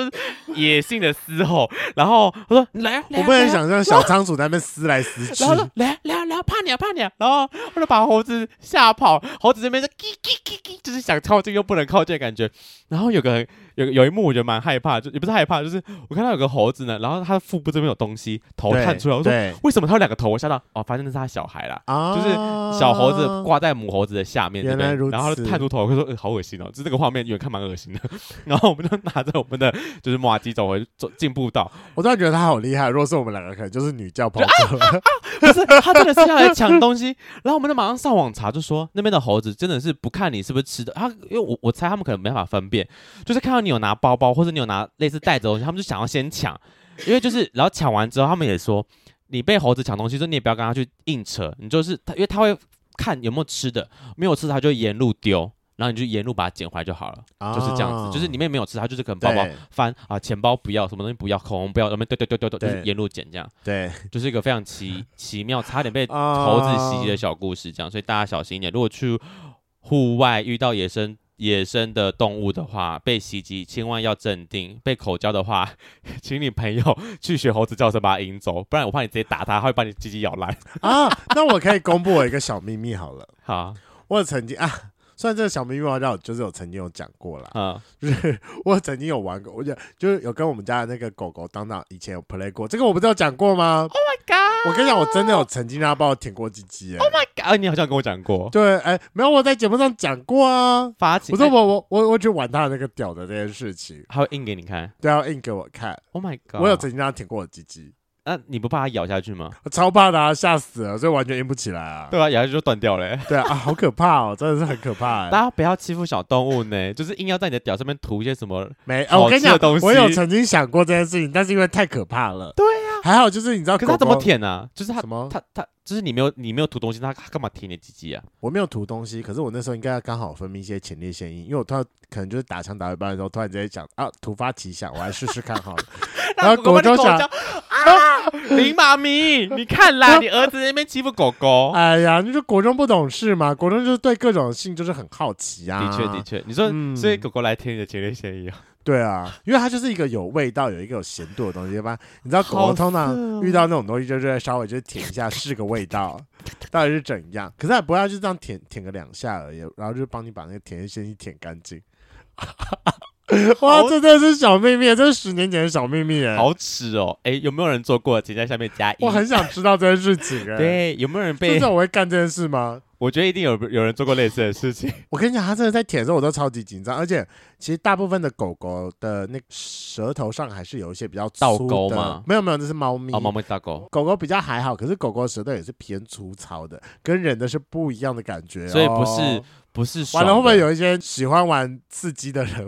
S2: 野性的嘶吼，然后他说来啊，来
S1: 我
S2: 啊
S1: 不
S2: 来
S1: 能
S2: 啊
S1: 想象小仓鼠在那边撕来撕去
S2: 然，后说来啊来啊来啊，怕你啊怕你啊！然后我就把猴子吓跑，猴子这边就叽叽叽叽，就是想靠近又不能靠近的感觉。然后有个有有一幕我觉得蛮害怕，就也不是害怕，就是我看到有个猴子呢，然后它的腹部这边有东西，头
S1: 对
S2: 探出来，我说
S1: 对
S2: 为什么它有两个头？我吓到哦，发现那是它小孩啦。
S1: 啊，
S2: 就是小猴子挂在母猴子的下面这边，
S1: 原来如此
S2: 然后它探出头，会说：“呃，好恶心哦！”就是这个画面远看蛮恶心的。 然后我们就拿着我们的就是马吉走回走进步道，
S1: 我突然觉得他好厉害。如果是我们两个，可能就是女教跑走了。
S2: 不是，他真的是要来抢东西。然后我们就马上上网查，就说那边的猴子真的是不看你是不是吃的，他因为我我猜他们可能没办法分辨，就是看到你有拿包包或者你有拿类似袋子的东西，他们就想要先抢，因为就是然后抢完之后，他们也说你被猴子抢东西，就你也不要跟他去硬扯，你就是他，因为他会看有没有吃的，没有吃的他就沿路丢。然后你就沿路把它捡回来就好了， 就是这样子，就是里面没有吃，他就是可能包包
S1: 啊对
S2: 翻啊，钱包不要，什么东西不要，口红不要，然后丢丢丢丢丢，就是
S1: 对
S2: 沿路捡这样。
S1: 对
S2: 就是一个非常奇奇妙，差点被
S1: 啊
S2: 猴子袭击的小故事，这样，所以大家小心一点。如果去户外遇到野生野生的动物的话，被袭击千万要镇定；被口交的话， 请你朋友去学猴子叫声把它引走，不然我怕你直接打它，它会把你鸡鸡咬烂。
S1: 啊。那我可以公布我一个小秘密好了。
S2: 好，
S1: 我曾经啊，虽然这个小秘密我让我就是有曾经有讲过啦，
S2: 嗯，
S1: 就是我曾经有玩过，我就就是有跟我们家的那个狗狗当当以前有 play 过，这个我不是有讲过吗？
S2: 嘎
S1: 我跟你讲，我真的有曾经让他帮我舔过鸡鸡、欸。
S2: 啊，你好像跟我讲过，
S1: 对，哎、没有，我在节目上讲过啊。
S2: 发情，
S1: 我说我我我我去玩他的那个屌的这件事情，
S2: 还会硬给你看。
S1: 对啊，硬给我看。
S2: Oh my god！
S1: 我有曾经让他舔过我鸡鸡，
S2: 那你不怕它咬下去吗？
S1: 我超怕的、啊，吓死了，所以完全硬不起来啊。
S2: 对啊，咬下去就断掉了欸、
S1: 对啊，啊好可怕哦，真的是很可怕、欸。
S2: 大家不要欺负小动物呢，就是硬要在你的屌上面涂一些什么。
S1: 没，啊、
S2: 好
S1: 我跟你讲
S2: 吃的东，西
S1: 我有曾经想过这件事情，但是因为太可怕了。对呀、还好就是你知道
S2: 啊可
S1: 狗
S2: 是
S1: 狗，
S2: 它怎么舔啊？就是它
S1: 什么？
S2: 它它就是你没有你没有涂东西，它它干嘛舔你的鸡 鸡啊？
S1: 我没有涂东西，可是我那时候应该刚好分泌一些前列腺液，因为我突然可能就是打枪打到一半的时候，突然之间想啊，突发奇想，我来试试看好 了。然后狗就想，
S2: 啊，林妈咪，你看啦，你儿子在那边欺负狗 狗。
S1: 哎呀，那就国中不懂事嘛，国中就是对各种性就是很好奇啊。
S2: 的确的，确，你说
S1: 嗯
S2: 所以狗狗来舔你的前列腺液啊，
S1: 对啊，因为它就是一个有味道、有一个有咸度的东西。一般你知道，狗
S2: 好
S1: 狗通
S2: 色哦
S1: 常遇到那种东西，就是稍微就是舔一下试个味 道，到底是怎样。可是它不要就这样舔舔个两下而已，然后就帮你把那个甜先液舔干 净。哇，
S2: 好
S1: 这真的是小秘密，这是十年前的小秘密耶！
S2: 好耻哦！哎，有没有人做过？请在下面加一
S1: 我。很想知道这件事情哎。，
S2: 对，有没有人
S1: 真
S2: 被？
S1: 的我会干这件事吗？
S2: 我觉得一定有有人做过类似的事情。
S1: 我跟你讲，它真的在舔的时候，我都超级紧张，而且其实大部分的狗狗的那个舌头上还是有一些比较粗
S2: 倒
S1: 的
S2: 钩吗
S1: 没有没有，那是猫咪。
S2: 哦，猫咪大狗，
S1: 狗狗比较还好，可是狗狗的舌头也是偏粗糙的，跟人的是不一样的感觉、
S2: 所以不
S1: 哦
S2: 是。不是爽
S1: 完
S2: 的。
S1: 了，会不会有一些喜欢玩刺激的人，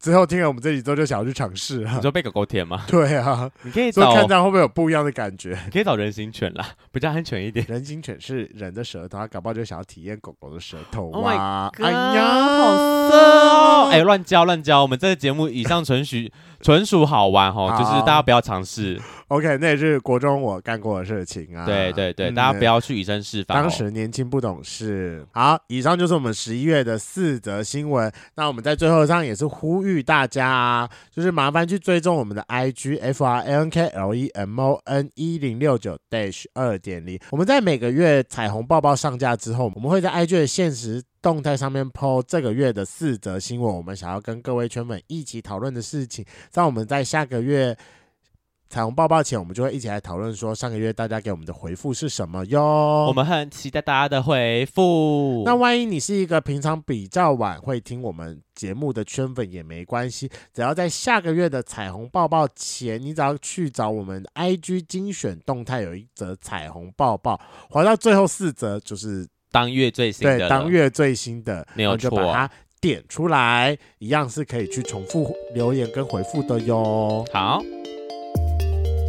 S1: 之后听了我们这集之后就想要去尝试啊
S2: 你？说被狗狗舔吗？
S1: 对 啊，
S2: 你可以
S1: 所以看
S2: 找
S1: 这样会不会有不一样的感觉？
S2: 你可以找人形犬啦，比较安全一点。
S1: 人形犬是人的舌头，它搞不好就想要体验狗狗的舌头
S2: Oh
S1: 哇！
S2: 哥
S1: 哎呀，
S2: 好色
S1: 嗯
S2: 哦！哎，乱教乱教，我们这个节目以上纯属纯属好玩哦，就是
S1: 好
S2: 大家不要尝试。
S1: OK，那也是国中我干过的事情啊。
S2: 对对对，
S1: 嗯
S2: 大家不。要去以身试法哦。
S1: 当时年轻不懂事。好，以上就是我们十一月的四则新闻。那我们在最后上也是呼吁大家、啊，就是麻烦去追踪我们的 IG F R A N K L E M O N 一零六九 dash 二点零。我们在每个月彩虹抱抱上架之后，我们会在 IG 的限时。动态上面 PO 这个月的四则新闻，我们想要跟各位圈粉一起讨论的事情，在我们在下个月彩虹抱抱前，我们就会一起来讨论说上个月大家给我们的回复是什么哟。
S2: 我们很期待大家的回复。
S1: 那万一你是一个平常比较晚会听我们节目的圈粉也没关系，只要在下个月的彩虹抱抱前，你只要去找我们 IG 精选动态有一则彩虹抱抱，滑到最后四则就是
S2: 当月最新的
S1: 对
S2: 了
S1: 当月最新的，
S2: 没有
S1: 然后就
S2: 错啊
S1: 把它点出来，一样是可以去重复留言跟回复的哟。
S2: 好，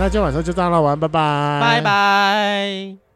S1: 那今天晚上就这样了，晚安，拜拜，
S2: 拜。拜。